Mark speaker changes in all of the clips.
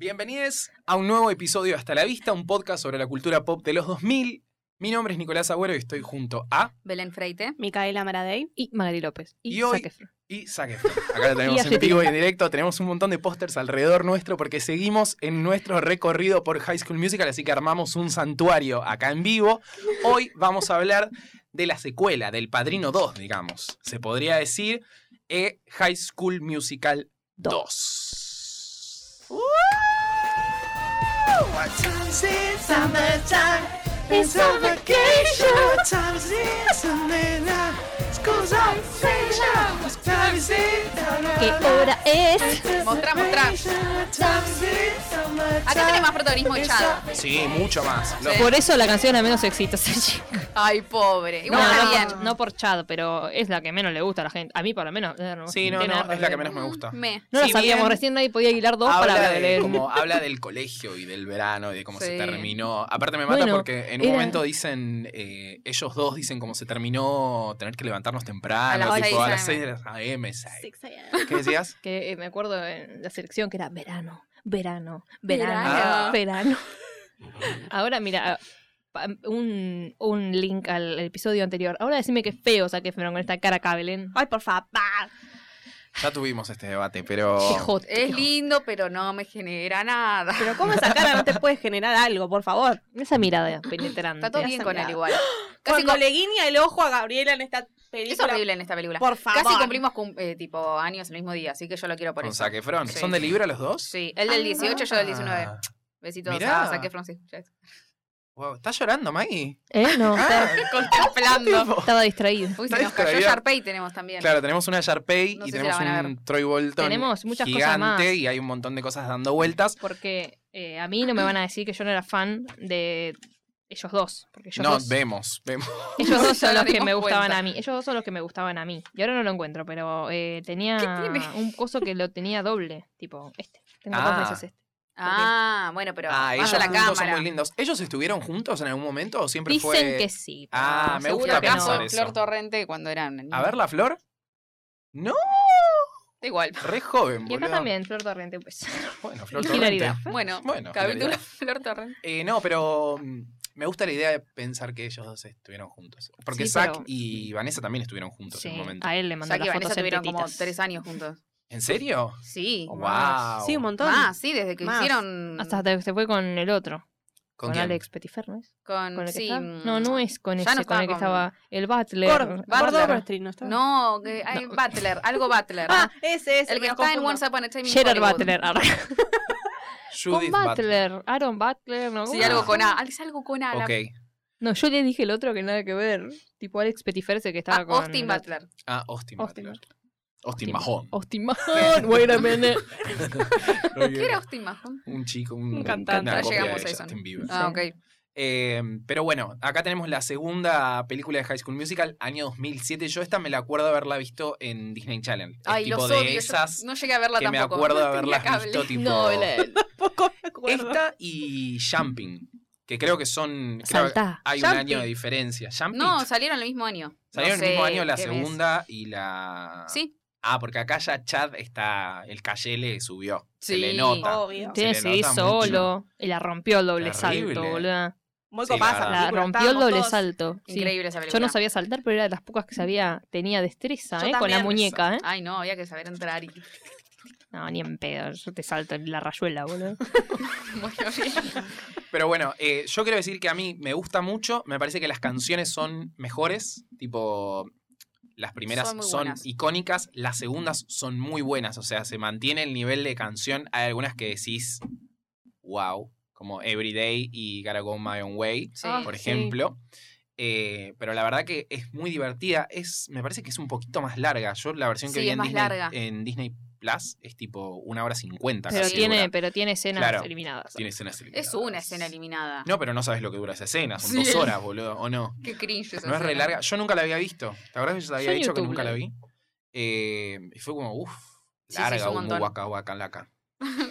Speaker 1: Bienvenidos a un nuevo episodio de Hasta la Vista, un podcast sobre la cultura pop de los 2000. Mi nombre es Nicolás Agüero y estoy junto a...
Speaker 2: Belén Freite.
Speaker 3: Micaela Maradei
Speaker 4: y Magali López.
Speaker 1: Y,
Speaker 4: Y,
Speaker 1: hoy-
Speaker 4: Zac Efron.
Speaker 1: Y Zac Efron. Acá lo tenemos
Speaker 4: Y
Speaker 1: en vivo y en directo. Tenemos un montón de pósters alrededor nuestro porque seguimos en nuestro recorrido por High School Musical, así que armamos un santuario acá en vivo. Hoy vamos a hablar de la secuela, del Padrino 2, digamos. Se podría decir eh, High School Musical 2.
Speaker 4: ¿Qué hora es?
Speaker 2: Mostrá, mostrá. Acá tiene más protagonismo Chad.
Speaker 1: Sí, mucho más. Lo-
Speaker 2: Sí.
Speaker 4: Por eso la canción es menos exitosa, chica.
Speaker 2: Ay, pobre.
Speaker 4: No,
Speaker 2: Igual
Speaker 4: no,
Speaker 2: está
Speaker 4: por-
Speaker 2: bien.
Speaker 4: no por Chad, pero es la que menos le gusta a la gente. A mí, por lo menos. eh,
Speaker 1: Sí, no,
Speaker 4: tiene
Speaker 1: no,
Speaker 4: nada
Speaker 1: es la que
Speaker 4: ver.
Speaker 1: menos me gusta.
Speaker 2: Me.
Speaker 4: No la
Speaker 1: Si
Speaker 4: sabíamos,
Speaker 1: bien
Speaker 4: recién nadie podía hilar dos
Speaker 1: habla,
Speaker 4: para
Speaker 1: de,
Speaker 4: Belén.
Speaker 1: como, habla del colegio y del verano y de cómo se
Speaker 2: Sí.
Speaker 1: terminó. Aparte me mata
Speaker 4: Bueno,
Speaker 1: porque en un
Speaker 4: era-
Speaker 1: momento dicen, eh, ellos dos dicen cómo se terminó tener que levantarnos temprano,
Speaker 2: A las
Speaker 1: tipo, a
Speaker 2: 6
Speaker 1: las 6
Speaker 2: AM.
Speaker 1: de la AM. seis. ¿Qué decías?
Speaker 4: Que eh, me acuerdo en la selección que era verano, verano,
Speaker 2: Verano. Ah.
Speaker 4: verano, verano. Ahora, mira, ah, pa- un, un link al episodio anterior. Ahora decime que feo Zac Efron con esta cara acá, Belén.
Speaker 3: Ay, por favor.
Speaker 1: Ya tuvimos este debate, pero...
Speaker 4: Qué hot, qué
Speaker 2: Es
Speaker 4: hot.
Speaker 2: lindo, pero no me genera nada.
Speaker 3: Pero ¿cómo esa cara no te puede generar algo, por favor?
Speaker 4: Esa mirada penetrante.
Speaker 2: Está todo bien
Speaker 3: hace
Speaker 2: con él
Speaker 3: mirar.
Speaker 2: igual. Casi
Speaker 3: Cuando
Speaker 2: com-
Speaker 3: le guiña el ojo a Gabriela en esta
Speaker 2: Es
Speaker 3: película.
Speaker 2: horrible en esta película.
Speaker 3: Por favor.
Speaker 2: Casi cumplimos cum- eh, tipo años el mismo día, así que yo lo quiero por
Speaker 1: Con
Speaker 2: eso.
Speaker 1: Zac Efron.
Speaker 2: Sí.
Speaker 1: ¿Son de Libra los dos?
Speaker 2: Sí, él del 18, yo del 19.
Speaker 1: Ah.
Speaker 2: Besitos ah,
Speaker 1: Mirá.
Speaker 2: a Zac Efron, si escuchas.
Speaker 1: Wow, ¿Estás llorando, Maggie?
Speaker 4: ¿Eh? No, estaba,
Speaker 1: Ah,
Speaker 2: Contemplando.
Speaker 1: tipo-
Speaker 4: estaba distraído.
Speaker 2: Uy,
Speaker 1: Está
Speaker 2: se nos cayó
Speaker 1: distraída.
Speaker 2: Sharpay tenemos también.
Speaker 1: Claro, tenemos una Sharpay
Speaker 2: No
Speaker 1: y
Speaker 2: sé si
Speaker 1: tenemos
Speaker 2: la van a
Speaker 1: un Troy Bolton
Speaker 4: Tenemos muchas cosas
Speaker 1: gigante
Speaker 4: más.
Speaker 1: y hay un montón de cosas dando vueltas.
Speaker 4: Porque eh, a mí no me van a decir que yo no era fan de ellos dos. Porque ellos
Speaker 1: no,
Speaker 4: dos,
Speaker 1: vemos, vemos.
Speaker 4: ellos dos son
Speaker 2: Ya
Speaker 4: los que
Speaker 2: nos
Speaker 4: me
Speaker 2: dimos
Speaker 4: gustaban
Speaker 2: cuenta.
Speaker 4: a mí. Ellos dos son los que me gustaban a mí. Y ahora no lo encuentro, pero eh, tenía
Speaker 2: ¿Qué tiene?
Speaker 4: un coso que lo tenía doble. Tipo, este. Tengo
Speaker 1: Ah.
Speaker 4: dos veces este.
Speaker 2: Ah, bueno, pero
Speaker 1: Ah, ellos
Speaker 2: vaya la
Speaker 1: juntos son
Speaker 2: cámara.
Speaker 1: muy lindos. ¿Ellos estuvieron juntos en algún momento o siempre
Speaker 4: Dicen
Speaker 1: fue...?
Speaker 4: que sí. pero
Speaker 1: Ah, me
Speaker 4: seguro
Speaker 1: gusta
Speaker 4: que
Speaker 1: pensar
Speaker 4: no.
Speaker 1: eso.
Speaker 2: Flor Torrente cuando eran niños.
Speaker 1: A ver, la flor. No,
Speaker 2: Da igual.
Speaker 1: re joven,
Speaker 4: Y acá
Speaker 1: boludo.
Speaker 4: también, Flor Torrente. Pues.
Speaker 1: Bueno, flor
Speaker 4: Hilaridad.
Speaker 1: Torrente.
Speaker 2: Bueno,
Speaker 1: Bueno,
Speaker 2: capítulo
Speaker 1: hilaridad.
Speaker 2: Flor Torrente.
Speaker 1: Eh, no, pero mm, me gusta la idea de pensar que ellos dos estuvieron juntos. Porque
Speaker 4: Sí,
Speaker 1: Zack
Speaker 4: pero-
Speaker 1: y Vanessa también estuvieron juntos
Speaker 4: Sí,
Speaker 1: en un momento.
Speaker 4: a él le
Speaker 2: O
Speaker 4: mandó
Speaker 2: sea que
Speaker 4: las
Speaker 2: Vanessa
Speaker 4: fotos en
Speaker 2: tuvieron como
Speaker 4: tetitas.
Speaker 2: tres años juntos.
Speaker 1: ¿En serio? Oh,
Speaker 2: Sí.
Speaker 4: O
Speaker 1: wow.
Speaker 4: más.
Speaker 3: Sí, un montón.
Speaker 2: Ah, sí, desde que
Speaker 3: Más.
Speaker 2: hicieron
Speaker 4: Hasta que se fue con el otro.
Speaker 1: ¿Con,
Speaker 4: Con,
Speaker 1: quién?
Speaker 4: Alex Petifer, ¿no es?
Speaker 2: con,
Speaker 4: ¿Con el que
Speaker 2: sí,
Speaker 4: está?
Speaker 2: mm,
Speaker 4: No, no es con
Speaker 2: Ya
Speaker 4: ese,
Speaker 2: no
Speaker 4: con
Speaker 2: estaba
Speaker 4: el que
Speaker 2: con-
Speaker 4: estaba el Butler.
Speaker 3: Gordo
Speaker 2: Butler.
Speaker 3: Overstreet, ¿no estaba?
Speaker 2: No, que hay Butler, algo Butler.
Speaker 3: Ah, ese es.
Speaker 2: el que está en Once Upon a Time in
Speaker 4: Gerard
Speaker 2: Hollywood.
Speaker 4: Butler. ah, arre. Con
Speaker 1: Judith Butler.
Speaker 4: Butler. Aaron Butler. ¿no?
Speaker 2: Sí,
Speaker 4: ¿Cómo?
Speaker 2: algo con A. Ah, Es algo con A. la-
Speaker 1: Ok.
Speaker 4: No, yo le dije el otro que nada que ver. Tipo Alex Petifer, ese
Speaker 2: Ah,
Speaker 4: que estaba con...
Speaker 2: Austin
Speaker 4: el-
Speaker 2: Butler.
Speaker 1: Ah, Austin,
Speaker 4: Austin
Speaker 1: Butler. Austin Mahon.
Speaker 4: Austin Mahon. Wait a minute.
Speaker 1: Muy bien.
Speaker 2: ¿Qué era Austin Mahon?
Speaker 1: Un chico, un,
Speaker 3: Un cantante.
Speaker 1: una
Speaker 2: Ya
Speaker 1: copia
Speaker 2: llegamos
Speaker 1: de
Speaker 2: a eso,
Speaker 1: Justin
Speaker 2: ¿no?
Speaker 1: Bieber.
Speaker 2: Ah, ok.
Speaker 1: Eh, pero bueno, acá tenemos la segunda película de High School Musical, año 2007. Yo esta me la acuerdo haberla visto en Disney Channel. Es
Speaker 2: Ay,
Speaker 1: tipo
Speaker 2: los
Speaker 1: de
Speaker 2: odio. yo
Speaker 1: esas
Speaker 2: no llegué a verla
Speaker 1: que me
Speaker 2: tampoco.
Speaker 1: acuerdo
Speaker 2: No
Speaker 1: de haberlas
Speaker 2: tenía cable.
Speaker 1: visto tipo
Speaker 4: No, Belén.
Speaker 3: Poco me acuerdo.
Speaker 1: esta y Jumping, que creo que son creo que
Speaker 4: Saltá.
Speaker 1: hay un
Speaker 3: Jumping.
Speaker 1: año de diferencia. Jumping
Speaker 2: No, salieron el mismo año.
Speaker 1: salieron
Speaker 2: No
Speaker 1: el mismo
Speaker 2: sé
Speaker 1: año la
Speaker 2: qué mes.
Speaker 1: segunda y la
Speaker 2: Sí.
Speaker 1: Ah, porque acá ya Chad está el Cayele subió. Se
Speaker 2: Sí.
Speaker 1: le nota.
Speaker 3: Obvio.
Speaker 4: Tiene
Speaker 1: Se
Speaker 4: que
Speaker 1: le
Speaker 4: seguir
Speaker 1: nota
Speaker 4: solo. Y la rompió el doble
Speaker 1: Terrible.
Speaker 4: salto, boluda.
Speaker 3: Muy
Speaker 1: Sí,
Speaker 3: copada
Speaker 1: la
Speaker 3: esa
Speaker 1: verdad.
Speaker 4: La
Speaker 3: película,
Speaker 4: rompió el
Speaker 3: estábamos
Speaker 4: doble
Speaker 3: todos-
Speaker 4: salto. sí.
Speaker 2: Increíble esa película.
Speaker 4: Yo no sabía saltar, pero era de las pocas que sabía. Tenía destreza,
Speaker 3: Yo
Speaker 4: ¿eh? Con la
Speaker 3: también.
Speaker 4: muñeca, ¿eh?
Speaker 2: Ay, no, había que saber entrar y.
Speaker 4: No, ni en pedo. Yo te salto en la rayuela, boludo.
Speaker 2: Bueno, bien.
Speaker 1: Pero bueno, eh, yo quiero decir que a mí me gusta mucho. Me parece que las canciones son mejores. Tipo, las primeras
Speaker 2: Son
Speaker 1: son,
Speaker 2: muy buenas.
Speaker 1: icónicas, las segundas son muy buenas. O sea, se mantiene el nivel de canción. Hay algunas que decís, wow, como Everyday y Gotta Go My Own Way,
Speaker 2: Ah, Sí.
Speaker 1: por
Speaker 4: sí.
Speaker 1: ejemplo. Eh, pero la verdad que es muy divertida. Es, me parece que es un poquito más larga. Yo la versión que
Speaker 2: Sí,
Speaker 1: vi
Speaker 2: es
Speaker 1: en
Speaker 2: más
Speaker 1: Disney,
Speaker 2: larga.
Speaker 1: en Disney Plus es tipo una hora cincuenta.
Speaker 4: Pero
Speaker 1: casi
Speaker 4: tiene,
Speaker 1: dura.
Speaker 4: pero tiene escenas
Speaker 1: Claro.
Speaker 4: eliminadas.
Speaker 1: Tiene escenas
Speaker 2: es una
Speaker 1: eliminadas.
Speaker 2: escena eliminada.
Speaker 1: No, pero no sabes lo que dura esa escena. Son
Speaker 2: Sí.
Speaker 1: dos horas, boludo, ¿o no?
Speaker 2: Qué cringe esa
Speaker 1: No es re
Speaker 2: escena.
Speaker 1: larga. Yo nunca la había visto. ¿Te acuerdas que yo te había
Speaker 4: en
Speaker 1: dicho que
Speaker 4: YouTube
Speaker 1: nunca
Speaker 4: la
Speaker 1: la
Speaker 4: vi.
Speaker 1: vi? Eh, y fue como, uff,
Speaker 2: Sí, sí, es
Speaker 1: larga,
Speaker 2: un
Speaker 1: como
Speaker 2: montón.
Speaker 1: guaca, guaca, laca.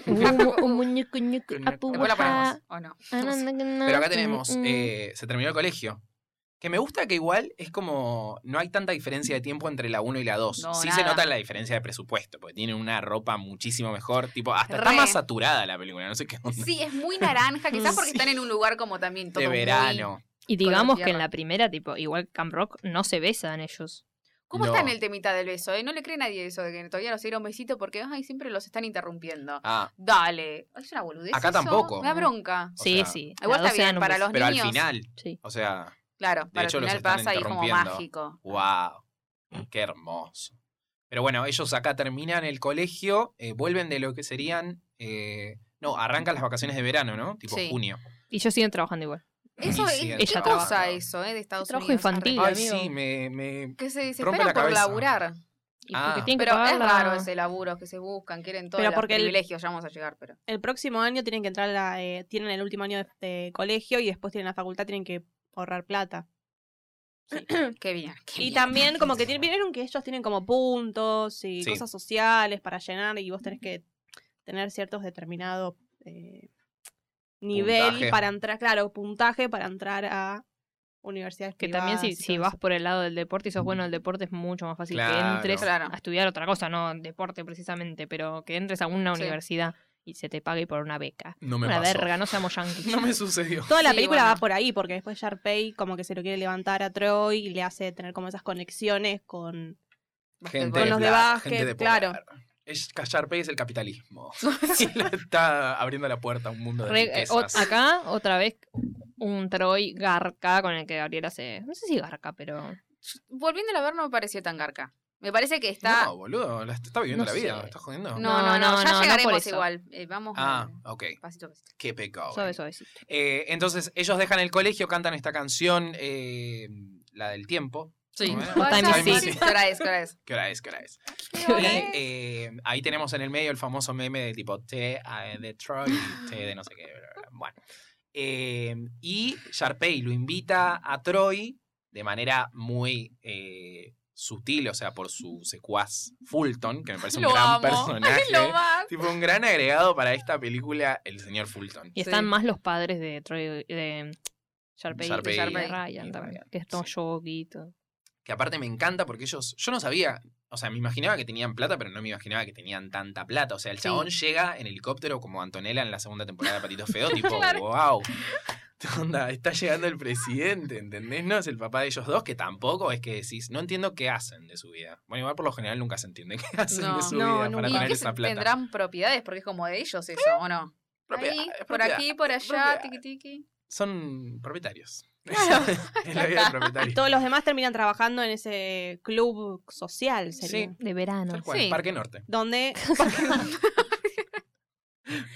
Speaker 4: Un- un muñeco, ñuco,
Speaker 1: Después la
Speaker 4: apu,
Speaker 2: Después la
Speaker 4: ajá.
Speaker 2: ponemos. ¿O no?
Speaker 4: Ah, na, na, na,
Speaker 1: Pero acá
Speaker 4: mm,
Speaker 1: tenemos,
Speaker 4: mm.
Speaker 1: eh, se terminó el colegio. Que me gusta que igual es como. No hay tanta diferencia de tiempo entre la 1 y la 2.
Speaker 2: No,
Speaker 1: sí se
Speaker 2: nada.
Speaker 1: nota la diferencia de presupuesto, porque tienen una ropa muchísimo mejor. Tipo, hasta está
Speaker 2: Re.
Speaker 1: más saturada la película, no sé qué onda.
Speaker 2: Sí, es muy naranja, quizás porque
Speaker 1: Sí.
Speaker 2: están en un lugar como también todo
Speaker 1: de
Speaker 2: muy-
Speaker 1: verano.
Speaker 4: Y
Speaker 2: Color
Speaker 4: digamos que en
Speaker 2: tierra.
Speaker 4: la primera, tipo, igual Camp Rock no se besan ellos.
Speaker 2: ¿Cómo
Speaker 1: No.
Speaker 2: está en el temita del beso? Eh? No le cree nadie eso de que todavía no se dieron besito porque ay, siempre los están interrumpiendo.
Speaker 1: Ah,
Speaker 2: Dale. Es una boludez.
Speaker 1: Acá
Speaker 2: eso?
Speaker 1: tampoco.
Speaker 2: Me da bronca.
Speaker 1: O
Speaker 4: sí,
Speaker 1: sea,
Speaker 4: sí.
Speaker 2: Igual
Speaker 4: las dos
Speaker 2: está
Speaker 4: se
Speaker 2: bien,
Speaker 4: dan un
Speaker 2: para
Speaker 4: beso.
Speaker 2: los
Speaker 1: pero al
Speaker 2: niños-
Speaker 1: final.
Speaker 4: Sí.
Speaker 1: O sea,
Speaker 2: Claro, para
Speaker 1: hecho,
Speaker 2: el
Speaker 1: los
Speaker 2: final
Speaker 1: están
Speaker 2: pasa y es como
Speaker 1: interrumpiendo.
Speaker 2: mágico.
Speaker 1: wow. Qué hermoso. Pero bueno, ellos acá terminan el colegio, eh, vuelven de lo que serían. eh, no, arrancan las vacaciones de verano, ¿no? Tipo
Speaker 2: Sí.
Speaker 1: junio.
Speaker 4: Y ellos siguen trabajando igual.
Speaker 2: Eso
Speaker 1: Y
Speaker 2: es,
Speaker 1: siguen
Speaker 2: ¿qué
Speaker 4: trabajando.
Speaker 2: cosa eso, eh, de Estados
Speaker 4: Trabajo
Speaker 2: Unidos?
Speaker 4: infantil.
Speaker 2: Arre-
Speaker 1: Ay,
Speaker 4: amigo.
Speaker 1: sí, me, me-
Speaker 2: Que se
Speaker 1: Rompe
Speaker 2: desesperan
Speaker 1: la
Speaker 2: por
Speaker 1: cabeza.
Speaker 2: laburar.
Speaker 4: Y
Speaker 1: Ah.
Speaker 4: porque tienen que
Speaker 2: Pero
Speaker 4: pagar
Speaker 2: es
Speaker 4: la-
Speaker 2: raro ese laburo que se buscan, quieren todos
Speaker 3: Pero
Speaker 2: los
Speaker 3: porque el-
Speaker 2: privilegios, ya vamos a llegar, pero.
Speaker 3: El próximo año tienen que entrar a la, eh, tienen el último año de, de colegio y después tienen la facultad, tienen que ahorrar plata.
Speaker 2: Qué bien. qué
Speaker 3: Y
Speaker 2: bien.
Speaker 3: también como que tienen, vieron que ellos tienen como puntos y
Speaker 1: Sí.
Speaker 3: cosas sociales para llenar y vos tenés que tener ciertos determinados eh, nivel
Speaker 1: Puntaje.
Speaker 3: para entrar, claro, puntaje para entrar a universidades
Speaker 4: Que
Speaker 3: privadas
Speaker 4: también
Speaker 3: y
Speaker 4: si, si
Speaker 3: todo
Speaker 4: vas
Speaker 3: eso.
Speaker 4: por el lado del deporte y sos bueno del deporte es mucho más fácil
Speaker 1: Claro.
Speaker 4: que entres
Speaker 2: Claro.
Speaker 4: a estudiar otra cosa, no deporte precisamente, pero que entres a una
Speaker 2: Sí.
Speaker 4: universidad y se te pague por una beca.
Speaker 1: no me
Speaker 4: una
Speaker 1: pasó.
Speaker 4: verga, no seamos yanquis.
Speaker 1: No me sucedió.
Speaker 3: Toda la
Speaker 2: Sí,
Speaker 3: película
Speaker 2: bueno.
Speaker 3: va por ahí, porque después Sharpay como que se lo quiere levantar a Troy y le hace tener como esas conexiones con...
Speaker 1: Gente
Speaker 3: Con los de
Speaker 1: bla-
Speaker 3: básquet,
Speaker 1: gente de
Speaker 3: claro.
Speaker 1: poder. Es, Sharpay es el capitalismo. Sí, le está abriendo la puerta a un mundo de
Speaker 4: Re- eh, o-
Speaker 1: riquezas.
Speaker 4: acá, otra vez, un Troy garca con el que Gabriela se... No sé si garca, pero...
Speaker 2: Volviéndola a ver no me pareció tan garca. Me parece que está.
Speaker 1: No, boludo, la- está viviendo
Speaker 4: No
Speaker 1: la vida,
Speaker 4: sé.
Speaker 1: ¿me estás jodiendo?
Speaker 2: No, no, no,
Speaker 4: no,
Speaker 2: ya
Speaker 4: no, no por
Speaker 2: llegaremos
Speaker 4: eso.
Speaker 2: igual. Eh, vamos
Speaker 1: Ah,
Speaker 2: eh,
Speaker 1: ok.
Speaker 2: pasito a pasito.
Speaker 1: Qué pecado.
Speaker 4: Suave, suavecito.
Speaker 1: Eh, entonces, ellos dejan el colegio, cantan esta canción, eh, la del tiempo.
Speaker 4: Sí.
Speaker 1: ¿Cómo era?
Speaker 4: Time
Speaker 2: Ay, ya
Speaker 1: Time
Speaker 2: sí.
Speaker 1: is-
Speaker 2: ¿Qué hora es? ¿Qué hora es?
Speaker 1: ¿Qué hora es? ¿Qué hora es?
Speaker 2: ¿Qué hora
Speaker 1: Y
Speaker 2: es?
Speaker 1: eh, ahí tenemos en el medio el famoso meme de tipo T eh, de Troy, T de no sé qué. bla, bla, bla. Bueno. Eh, y Sharpay lo invita a Troy de manera muy eh, sutil, o sea, por su secuaz Fulton, que me parece un
Speaker 2: Lo
Speaker 1: gran
Speaker 2: amo.
Speaker 1: personaje.
Speaker 2: Lo más.
Speaker 1: Tipo, un gran agregado para esta película, el señor Fulton.
Speaker 2: Sí.
Speaker 4: Y están más los padres de Troy... De... Sharpay, y
Speaker 1: Sharpay
Speaker 4: de
Speaker 2: y
Speaker 4: Ryan también,
Speaker 1: Ryan,
Speaker 4: que es todo
Speaker 1: sí.
Speaker 4: yogi y todo.
Speaker 1: Que aparte me encanta porque ellos, yo no sabía, o sea, me imaginaba que tenían plata, pero no me imaginaba que tenían tanta plata. O sea, el
Speaker 2: Sí.
Speaker 1: chabón llega en helicóptero como Antonella en la segunda temporada de Patito Feo, tipo,
Speaker 2: Claro.
Speaker 1: wow. Onda, está llegando el presidente, ¿entendés? No es el papá de ellos dos, que tampoco es que decís, no entiendo qué hacen de su vida. Bueno, igual por lo general nunca se entiende qué hacen
Speaker 2: No.
Speaker 1: de su
Speaker 3: No,
Speaker 1: vida para
Speaker 3: nunca.
Speaker 2: ¿Y
Speaker 1: tener
Speaker 2: qué
Speaker 1: esa
Speaker 2: se-
Speaker 1: plata.
Speaker 2: tendrán propiedades? Porque es como de ellos eso, ¿o no?
Speaker 1: Propiedades,
Speaker 2: Ahí, por
Speaker 1: propiedades.
Speaker 2: aquí, por allá,
Speaker 1: propiedades.
Speaker 2: tiqui tiqui.
Speaker 1: Son propietarios.
Speaker 2: Claro.
Speaker 1: es la vida de propietario.
Speaker 3: Todos los demás terminan trabajando en ese club social, sería.
Speaker 1: Sí.
Speaker 4: De verano.
Speaker 1: Tal cual,
Speaker 2: Sí.
Speaker 1: Parque Norte.
Speaker 3: Donde,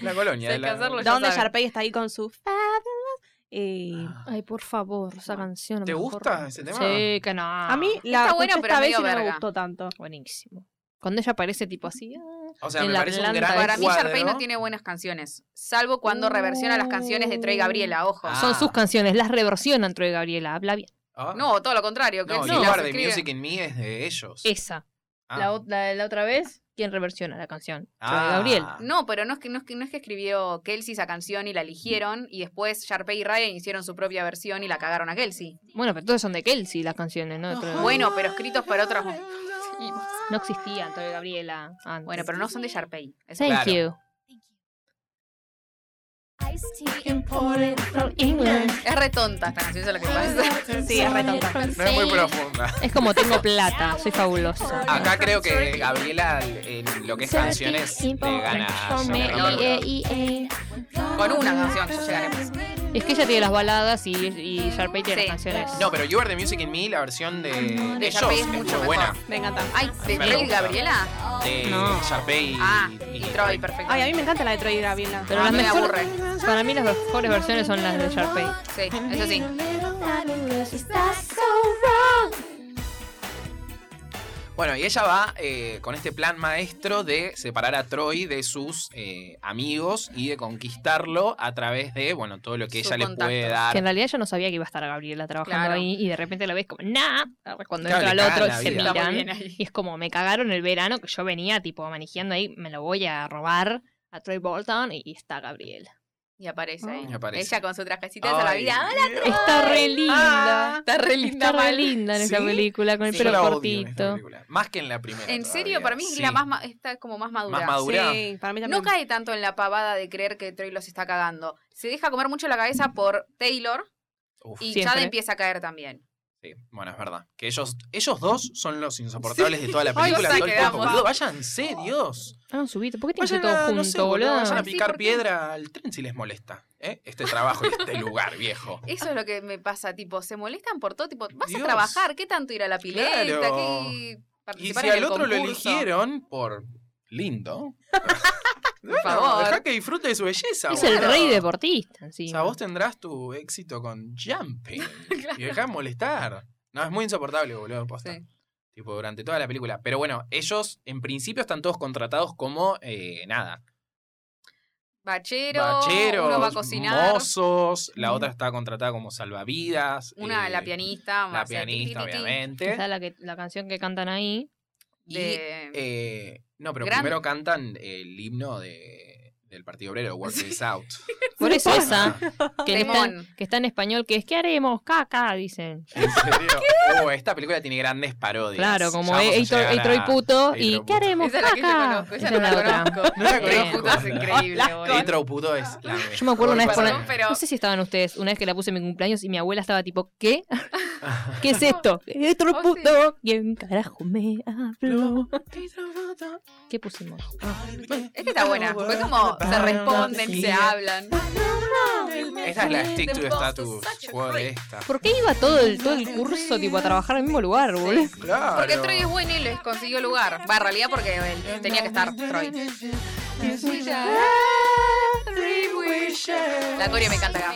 Speaker 1: La colonia.
Speaker 2: Sé
Speaker 1: de
Speaker 2: que
Speaker 1: la-
Speaker 2: hacerlo ya
Speaker 3: donde
Speaker 2: saben.
Speaker 3: Sharpay está ahí con su fabulous, eh, y-
Speaker 4: Ay, por favor, esa
Speaker 1: Bueno.
Speaker 4: canción.
Speaker 1: ¿Te
Speaker 4: mejor.
Speaker 1: gusta ese tema?
Speaker 4: Sí, que no. A
Speaker 3: A mí la
Speaker 2: Está buena,
Speaker 3: escuché
Speaker 2: pero
Speaker 3: esta
Speaker 2: es
Speaker 3: vez
Speaker 2: medio
Speaker 3: y no me
Speaker 2: verga.
Speaker 3: gustó tanto.
Speaker 4: Buenísimo. Cuando ella aparece tipo así. ah,
Speaker 1: O sea,
Speaker 4: en
Speaker 1: me
Speaker 4: la
Speaker 1: parece un
Speaker 4: planta.
Speaker 1: gran
Speaker 2: Para mí
Speaker 1: cuadro.
Speaker 2: Sharpay no tiene buenas canciones, salvo cuando reversiona las canciones de Troy Gabriela, ojo.
Speaker 1: Ah.
Speaker 4: Son sus canciones, las reversionan Troy Gabriela, habla bien.
Speaker 1: Ah.
Speaker 2: No, todo lo contrario, que
Speaker 1: No,
Speaker 2: él
Speaker 1: You
Speaker 2: sí las
Speaker 1: Are the
Speaker 2: escribe.
Speaker 1: Music in Me es de ellos.
Speaker 4: Esa.
Speaker 1: Ah.
Speaker 4: La, ot- la- la otra vez, ¿quién reversiona la canción?
Speaker 1: Ah.
Speaker 4: Troy Gabriel.
Speaker 2: No, pero no es que no es que no es que escribió Kelsey esa canción y la eligieron y después Sharpay y Ryan hicieron su propia versión y la cagaron a Kelsey.
Speaker 4: Bueno, pero todas son de Kelsey las canciones, ¿no? de Troy Gabriel.
Speaker 2: Bueno, pero escritos para otros.
Speaker 4: No existía Troy Gabriela. antes.
Speaker 2: Bueno, pero no son de Sharpay. Es-
Speaker 4: Thank
Speaker 1: Claro.
Speaker 4: you.
Speaker 5: Iced tea imported from England.
Speaker 2: Es re tonta esta canción, eso es lo que pasa.
Speaker 5: Sí,
Speaker 3: Sí, es re tonta.
Speaker 1: No es muy profunda.
Speaker 4: Es como tengo plata, soy fabulosa.
Speaker 1: Acá creo que Gabriela, en lo que es canciones, le gana a Sharpay.
Speaker 4: E
Speaker 2: Con una canción ya llegaremos.
Speaker 4: Es que ella tiene las baladas y, y Sharpay tiene
Speaker 2: Sí.
Speaker 4: las canciones.
Speaker 1: No, pero You Are the Music in Me, la versión de, de ellos,
Speaker 2: Sharpay es
Speaker 1: es muy
Speaker 2: mucho
Speaker 1: buena.
Speaker 3: Me encanta.
Speaker 2: Ay, de
Speaker 1: Me
Speaker 2: Troy y
Speaker 1: gusta.
Speaker 2: Gabriela.
Speaker 1: De
Speaker 4: No.
Speaker 1: Sharpay y,
Speaker 2: Ah, y Troy, perfecto.
Speaker 3: Ay, a mí me encanta la de Troy Gabriela.
Speaker 4: Pero
Speaker 2: Ah,
Speaker 4: las
Speaker 2: me
Speaker 4: mejores-
Speaker 2: aburre.
Speaker 4: Para mí las mejores versiones son las de Sharpay.
Speaker 2: Sí, eso sí.
Speaker 5: Is that so wrong?
Speaker 1: Bueno, y ella va eh, con este plan maestro de separar a Troy de sus eh, amigos y de conquistarlo a través de, bueno, todo lo que
Speaker 2: Sus
Speaker 1: ella le puede
Speaker 2: contactos.
Speaker 1: dar.
Speaker 4: Que en realidad yo no sabía que iba a estar Gabriela trabajando
Speaker 2: Claro.
Speaker 4: ahí y de repente la ves como, nah, cuando
Speaker 1: Claro,
Speaker 4: entra
Speaker 1: le
Speaker 4: el
Speaker 1: cagan
Speaker 4: otro
Speaker 1: la
Speaker 4: se
Speaker 1: vida.
Speaker 2: Está muy
Speaker 4: miran.
Speaker 2: bien ahí.
Speaker 4: Y es como, me cagaron el verano que yo venía tipo manejando ahí, me lo voy a robar a Troy Bolton y está Gabriela.
Speaker 2: Y aparece ahí.
Speaker 1: Y aparece.
Speaker 2: Ella con su trajecita de toda la
Speaker 1: Ay,
Speaker 2: vida. ¡Hola!
Speaker 1: Dios.
Speaker 4: Está re
Speaker 2: Ah,
Speaker 4: linda.
Speaker 2: está re linda.
Speaker 4: Está re
Speaker 2: mal.
Speaker 4: linda en esa
Speaker 1: ¿Sí?
Speaker 4: película, con el
Speaker 2: Sí.
Speaker 1: Yo
Speaker 4: pelo
Speaker 1: la odio en esta
Speaker 4: cortito.
Speaker 1: película, Más que en la primera.
Speaker 2: En serio,
Speaker 1: todavía.
Speaker 2: para mí es
Speaker 1: Sí.
Speaker 2: la más, ma- está como más madura.
Speaker 1: Más madura. Laura.
Speaker 3: Sí, para mí
Speaker 2: No
Speaker 3: también.
Speaker 2: cae tanto en la pavada de creer que Troy los está cagando. Se deja comer mucho la cabeza por Taylor
Speaker 1: Uf,
Speaker 2: y
Speaker 4: Siempre.
Speaker 2: Chad empieza a caer también.
Speaker 1: sí. Bueno, es verdad. Que ellos, ellos dos son los insoportables de toda la
Speaker 2: Ay,
Speaker 1: película.
Speaker 2: sí,
Speaker 1: todo el tiempo.
Speaker 2: quedamos.
Speaker 1: Boludo, váyanse, Dios.
Speaker 4: Ah, subite. ¿Por qué
Speaker 2: Pues
Speaker 4: tienen
Speaker 1: Vayan
Speaker 4: que ir todos
Speaker 1: a,
Speaker 4: juntos,
Speaker 1: no sé, boludo,
Speaker 4: boludo?
Speaker 1: vayan a
Speaker 2: Sí,
Speaker 1: picar
Speaker 2: ¿por qué?
Speaker 1: piedra al tren si les molesta. ¿eh? Este trabajo y este lugar, viejo.
Speaker 2: Eso es lo que me pasa, tipo, se molestan por todo, tipo, vas
Speaker 1: Dios.
Speaker 2: a trabajar, ¿qué tanto ir a la pileta?
Speaker 1: Claro.
Speaker 2: ¿Qué
Speaker 1: Y
Speaker 2: participar
Speaker 1: si
Speaker 2: en
Speaker 1: al
Speaker 2: el
Speaker 1: otro lo
Speaker 2: concurso?
Speaker 1: eligieron por lindo. Por
Speaker 2: favor.
Speaker 1: Deja que disfrute de su belleza.
Speaker 4: Es el
Speaker 1: boludo.
Speaker 4: rey deportista,
Speaker 1: O
Speaker 4: sí.
Speaker 1: sea, vos tendrás tu éxito con jumping. Y dejá de molestar. No, es muy insoportable, boludo, posta.
Speaker 2: Sí.
Speaker 1: Tipo, durante toda la película. Pero bueno, ellos en principio están todos contratados como eh, nada.
Speaker 2: Bachero,
Speaker 1: Bacheros,
Speaker 2: uno va a cocinar,
Speaker 1: mozos, la
Speaker 4: Mm.
Speaker 1: otra está contratada como salvavidas.
Speaker 2: una
Speaker 1: eh,
Speaker 2: la pianista,
Speaker 1: La
Speaker 2: más, eh,
Speaker 1: pianista,
Speaker 2: ti, ti, ti, ti,
Speaker 1: obviamente.
Speaker 4: Esa es la, que, la canción que cantan ahí.
Speaker 1: Y,
Speaker 2: de-
Speaker 1: eh, no, pero
Speaker 2: Gran-
Speaker 1: primero cantan el himno de, del Partido Obrero, Work This Out.
Speaker 4: Por eso esa,
Speaker 1: Ah,
Speaker 4: que está, en-
Speaker 2: Temón.
Speaker 4: que está en español, que es ¿qué haremos? Caca, dicen.
Speaker 1: ¿En serio? Oh, esta película tiene grandes parodias.
Speaker 4: Claro, como
Speaker 1: Ya
Speaker 2: E-
Speaker 1: vamos a
Speaker 4: Eitor
Speaker 1: llegar a-
Speaker 4: Troy puto
Speaker 1: Eitor
Speaker 4: y
Speaker 1: puto.
Speaker 4: ¿qué haremos?
Speaker 2: Esa es la que yo
Speaker 4: Caca.
Speaker 2: conozco, esa
Speaker 4: Esa
Speaker 2: no
Speaker 4: es
Speaker 2: la
Speaker 4: la otra.
Speaker 2: conozco.
Speaker 1: No la
Speaker 2: Eh,
Speaker 1: conozco.
Speaker 2: puta, es increíble, boludo.
Speaker 1: Eitor puto es la
Speaker 4: Yo me acuerdo una vez
Speaker 1: mejor
Speaker 4: por
Speaker 2: Perdón, pero
Speaker 4: No sé si estaban ustedes, una vez que la puse en mi cumpleaños y mi abuela estaba tipo, ¿qué? ¿Qué es esto? Esto
Speaker 2: Oh,
Speaker 4: no
Speaker 2: sí.
Speaker 4: puto. ¿Quién carajo me habló? ¿Qué pusimos?
Speaker 2: esta está buena. Fue como
Speaker 4: Ah,
Speaker 2: se responden, se hablan.
Speaker 1: Esta es la Stick to the Status. Joder, esta.
Speaker 4: ¿Por qué iba todo el, todo el curso tipo a trabajar al mismo lugar, boludo?
Speaker 1: Claro.
Speaker 2: Porque Troy es bueno y les consiguió lugar. Va, en realidad porque él tenía que estar Troy. La Coria me encanta acá.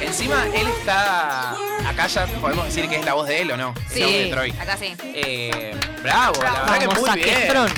Speaker 1: Encima él está. Acá ya podemos decir que es la voz de él o no. Es la voz de
Speaker 2: Sí,
Speaker 1: Troy.
Speaker 2: acá sí.
Speaker 1: Eh, bravo, la verdad que
Speaker 4: Vamos,
Speaker 1: muy
Speaker 4: Zac
Speaker 1: bien.
Speaker 4: Efron.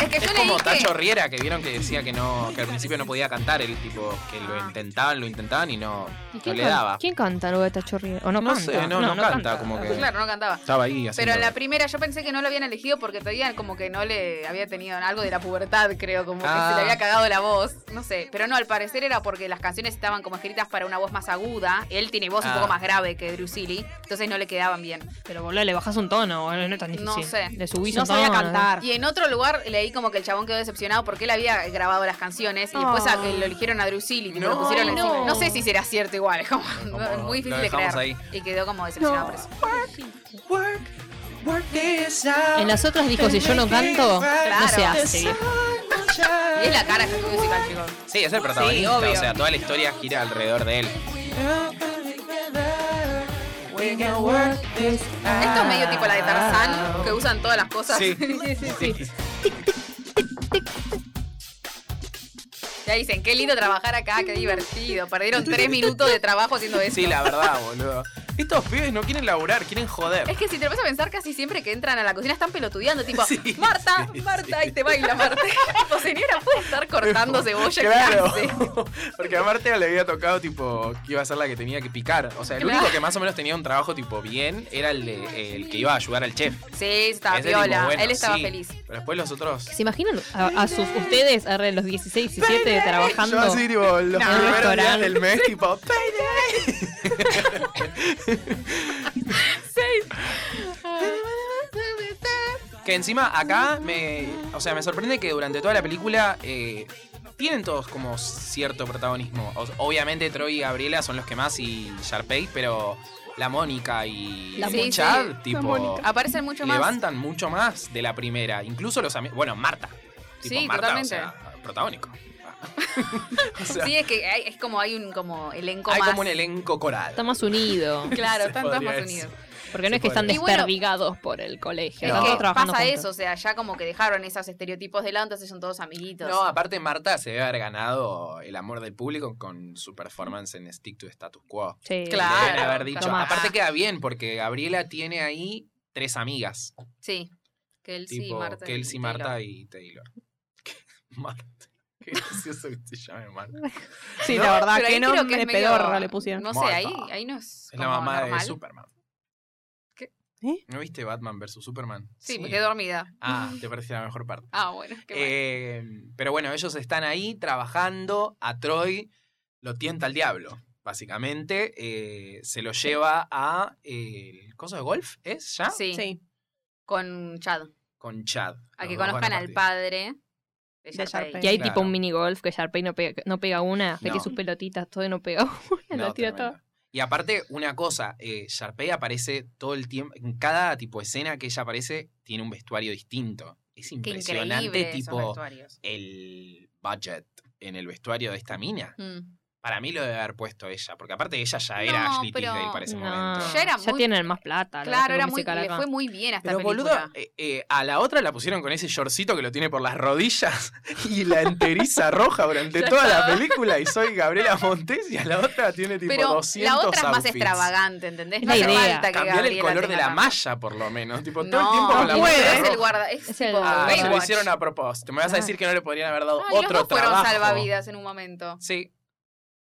Speaker 2: Es que
Speaker 1: Es
Speaker 2: yo le
Speaker 1: como
Speaker 2: dije.
Speaker 1: Tacho Riera que vieron que decía que no, que al principio no podía cantar, el tipo que lo intentaban, lo intentaban y no,
Speaker 4: ¿Y
Speaker 1: no
Speaker 4: quién,
Speaker 1: le
Speaker 4: can-
Speaker 1: daba.
Speaker 4: ¿Quién canta luego de esta chorrilla? ¿O no,
Speaker 1: No
Speaker 4: canta?
Speaker 1: sé, no, no, canta, como que
Speaker 2: Claro, no cantaba.
Speaker 1: estaba ahí
Speaker 2: Pero
Speaker 1: haciendo-
Speaker 2: en la primera yo pensé que no lo habían elegido porque todavía como que no le había tenido algo de la pubertad, creo, como que
Speaker 1: Ah.
Speaker 2: se le había cagado la voz, no sé. Pero no, al parecer era porque las canciones estaban como escritas para una voz más aguda. Él tiene voz
Speaker 1: Ah.
Speaker 2: un poco más grave que Drusili, entonces no le quedaban bien.
Speaker 4: Pero boludo, le bajas un tono, boludo, no es tan
Speaker 2: No
Speaker 4: difícil.
Speaker 2: sé.
Speaker 4: Le subís
Speaker 3: No
Speaker 4: un
Speaker 3: sabía
Speaker 4: tono.
Speaker 3: cantar.
Speaker 2: Y en otro lugar leí como que el chabón quedó decepcionado porque él había grabado las canciones y después a- lo eligieron a Drusili, tipo,
Speaker 1: No.
Speaker 2: lo pusieron
Speaker 1: Ay,
Speaker 2: encima.
Speaker 4: no.
Speaker 2: No sé si será cierto igual, como,
Speaker 1: Como
Speaker 2: es muy
Speaker 1: lo
Speaker 2: difícil de
Speaker 1: dejamos ahí.
Speaker 2: creer. Y quedó como decepcionado por eso.
Speaker 4: En las otras dijo, si yo no canto, no se hace. viejo.
Speaker 2: Y es la cara de High School Musical, chicos.
Speaker 1: Sí, es el protagonista, o sea, toda la historia gira alrededor de él.
Speaker 2: Esto es medio tipo la de Tarzán, que usan todas las cosas.
Speaker 1: Sí.
Speaker 2: Ya dicen, qué lindo trabajar acá, qué divertido. Perdieron tres minutos de trabajo haciendo eso.
Speaker 1: Sí, la verdad, boludo. Estos pibes no quieren laburar, quieren joder.
Speaker 2: Es que si te lo vas a pensar, casi siempre que entran a la cocina están pelotudeando, tipo,
Speaker 1: Sí,
Speaker 2: Marta,
Speaker 1: sí,
Speaker 2: Marta,
Speaker 1: sí.
Speaker 2: y te baila Marta. tipo, señora, puede estar cortando cebolla. ¿qué
Speaker 1: Claro,
Speaker 2: hace?
Speaker 1: porque a Marta le había tocado tipo que iba a ser la que tenía que picar. O sea, el único
Speaker 2: Claro.
Speaker 1: que más o menos tenía un trabajo tipo bien era el, de- el que iba a ayudar al chef.
Speaker 2: Sí, estaba
Speaker 1: Ese
Speaker 2: viola.
Speaker 1: tipo, bueno,
Speaker 2: Él estaba
Speaker 1: sí,
Speaker 2: feliz.
Speaker 1: Pero después los otros.
Speaker 4: ¿Se imaginan a, a sus, ustedes a los 16, 17 trabajando?
Speaker 1: Yo así, tipo, los
Speaker 4: No,
Speaker 1: primeros días
Speaker 4: restaurante.
Speaker 1: del mes, tipo, "Payday". Que encima acá me. O sea, me sorprende que durante toda la película. eh, tienen todos como cierto protagonismo. O- obviamente Troy y Gabriela son los que más y Sharpay, pero la Mónica y
Speaker 4: La
Speaker 1: y
Speaker 2: Mónica.
Speaker 1: Chad,
Speaker 2: Sí,
Speaker 1: tipo,
Speaker 2: Aparecen mucho más.
Speaker 1: levantan mucho más de la primera. Incluso los amigos. Bueno, Marta. Tipo,
Speaker 2: Sí,
Speaker 1: Marta,
Speaker 2: totalmente.
Speaker 1: o sea, protagónico. O sea,
Speaker 2: Sí, es que hay- es como hay un como elenco
Speaker 1: hay
Speaker 2: más.
Speaker 1: como un elenco coral.
Speaker 4: Está más unido.
Speaker 2: Claro,
Speaker 1: se
Speaker 2: están todos
Speaker 1: podría
Speaker 2: más
Speaker 1: decir.
Speaker 2: unidos.
Speaker 4: Porque no
Speaker 1: Se
Speaker 4: es que están
Speaker 2: podría. Y bueno,
Speaker 4: desperdigados por el
Speaker 2: Es
Speaker 4: colegio.
Speaker 1: No.
Speaker 4: están
Speaker 2: que
Speaker 4: todos trabajando
Speaker 2: pasa
Speaker 4: juntos.
Speaker 2: eso, o sea, ya como que dejaron esos estereotipos de lado, entonces son todos amiguitos.
Speaker 1: No, aparte Marta se debe haber ganado el amor del público con su performance en Stick to Status Quo.
Speaker 4: Sí.
Speaker 2: Claro.
Speaker 1: Le deben haber dicho.
Speaker 4: Tomá.
Speaker 1: Aparte queda bien porque Gabriela tiene ahí tres amigas.
Speaker 2: Sí. Kelsey,
Speaker 1: tipo
Speaker 2: Marta.
Speaker 1: Kelsey,
Speaker 2: y
Speaker 1: Marta
Speaker 2: Taylor.
Speaker 1: y Taylor. Marta. Qué gracioso que se llame Marta.
Speaker 3: Sí,
Speaker 1: No,
Speaker 3: la verdad,
Speaker 2: pero ahí
Speaker 3: que
Speaker 2: creo
Speaker 3: nombre
Speaker 2: que es medio-
Speaker 3: pedorra le pusieron.
Speaker 2: No sé, ahí,
Speaker 1: Marta.
Speaker 2: ahí no es.
Speaker 1: Es la
Speaker 2: como
Speaker 1: mamá
Speaker 2: normal.
Speaker 1: de Superman.
Speaker 2: ¿Qué?
Speaker 3: ¿Eh?
Speaker 1: ¿No viste Batman vs Superman?
Speaker 2: Sí, me quedé dormida.
Speaker 1: Ah, te parece la mejor parte.
Speaker 2: Ah, bueno, qué bueno.
Speaker 1: Eh, pero bueno, ellos están ahí trabajando. A Troy lo tienta el diablo, básicamente. eh, se lo lleva a. eh, ¿El coso de golf? ¿Es ya?
Speaker 2: sí,
Speaker 3: Sí.
Speaker 2: con Chad.
Speaker 1: Con Chad.
Speaker 2: A que
Speaker 1: Los dos van
Speaker 2: conozcan al
Speaker 1: partir.
Speaker 2: padre de
Speaker 3: De
Speaker 2: Sharpay.
Speaker 3: Sharpay.
Speaker 4: Y hay
Speaker 1: Claro.
Speaker 4: tipo un mini golf que Sharpay no pega, no pega una, ve que
Speaker 1: No.
Speaker 4: sus pelotitas todo y no pega
Speaker 1: No,
Speaker 4: una, la tira
Speaker 1: tremendo.
Speaker 4: toda.
Speaker 1: Y aparte, una cosa, eh, Sharpay aparece todo el tiempo. En cada tipo escena que ella aparece, tiene un vestuario distinto. Es
Speaker 2: Qué
Speaker 1: impresionante,
Speaker 2: increíble esos
Speaker 1: tipo,
Speaker 2: vestuarios.
Speaker 1: el budget en el vestuario de esta mina.
Speaker 2: Mm.
Speaker 1: Para mí lo debe haber puesto ella, porque aparte ella ya era
Speaker 2: No,
Speaker 1: Ashley
Speaker 2: pero-
Speaker 1: Tisdale para ese
Speaker 4: No,
Speaker 1: momento.
Speaker 2: Ya
Speaker 4: ya,
Speaker 2: era muy-
Speaker 4: tienen más plata. lo
Speaker 2: Claro,
Speaker 4: tengo
Speaker 2: era
Speaker 4: que
Speaker 2: muy,
Speaker 4: sacar
Speaker 2: le
Speaker 4: acá.
Speaker 2: fue muy bien a esta
Speaker 1: Pero boludo,
Speaker 2: película.
Speaker 1: eh, eh, a la otra la pusieron con ese shortcito que lo tiene por las rodillas y la enteriza roja durante
Speaker 4: Ya
Speaker 1: toda la
Speaker 4: estaba.
Speaker 1: película y soy Gabriela Montes y a la otra tiene tipo
Speaker 2: Pero
Speaker 1: 200
Speaker 2: la otra es más
Speaker 1: outfits.
Speaker 2: extravagante, ¿entendés?
Speaker 4: Es
Speaker 2: No
Speaker 4: la
Speaker 2: hace
Speaker 4: idea.
Speaker 2: falta que
Speaker 1: Cambiar el
Speaker 2: Gabriela
Speaker 1: color de
Speaker 2: tenga
Speaker 1: la
Speaker 2: tan-
Speaker 1: malla, por lo menos. Tipo, todo
Speaker 2: No,
Speaker 1: el tiempo con la
Speaker 4: no
Speaker 1: malla
Speaker 4: puede.
Speaker 2: Es el
Speaker 1: roja.
Speaker 2: guarda, es,
Speaker 4: Es
Speaker 2: tipo
Speaker 4: el-
Speaker 1: Ah, se lo
Speaker 2: Baywatch.
Speaker 1: hicieron a propósito. Me vas a decir que no le podrían haber dado
Speaker 2: Ah, y los
Speaker 1: otro
Speaker 2: dos fueron
Speaker 1: trabajo.
Speaker 2: salvavidas en un momento.
Speaker 1: Sí.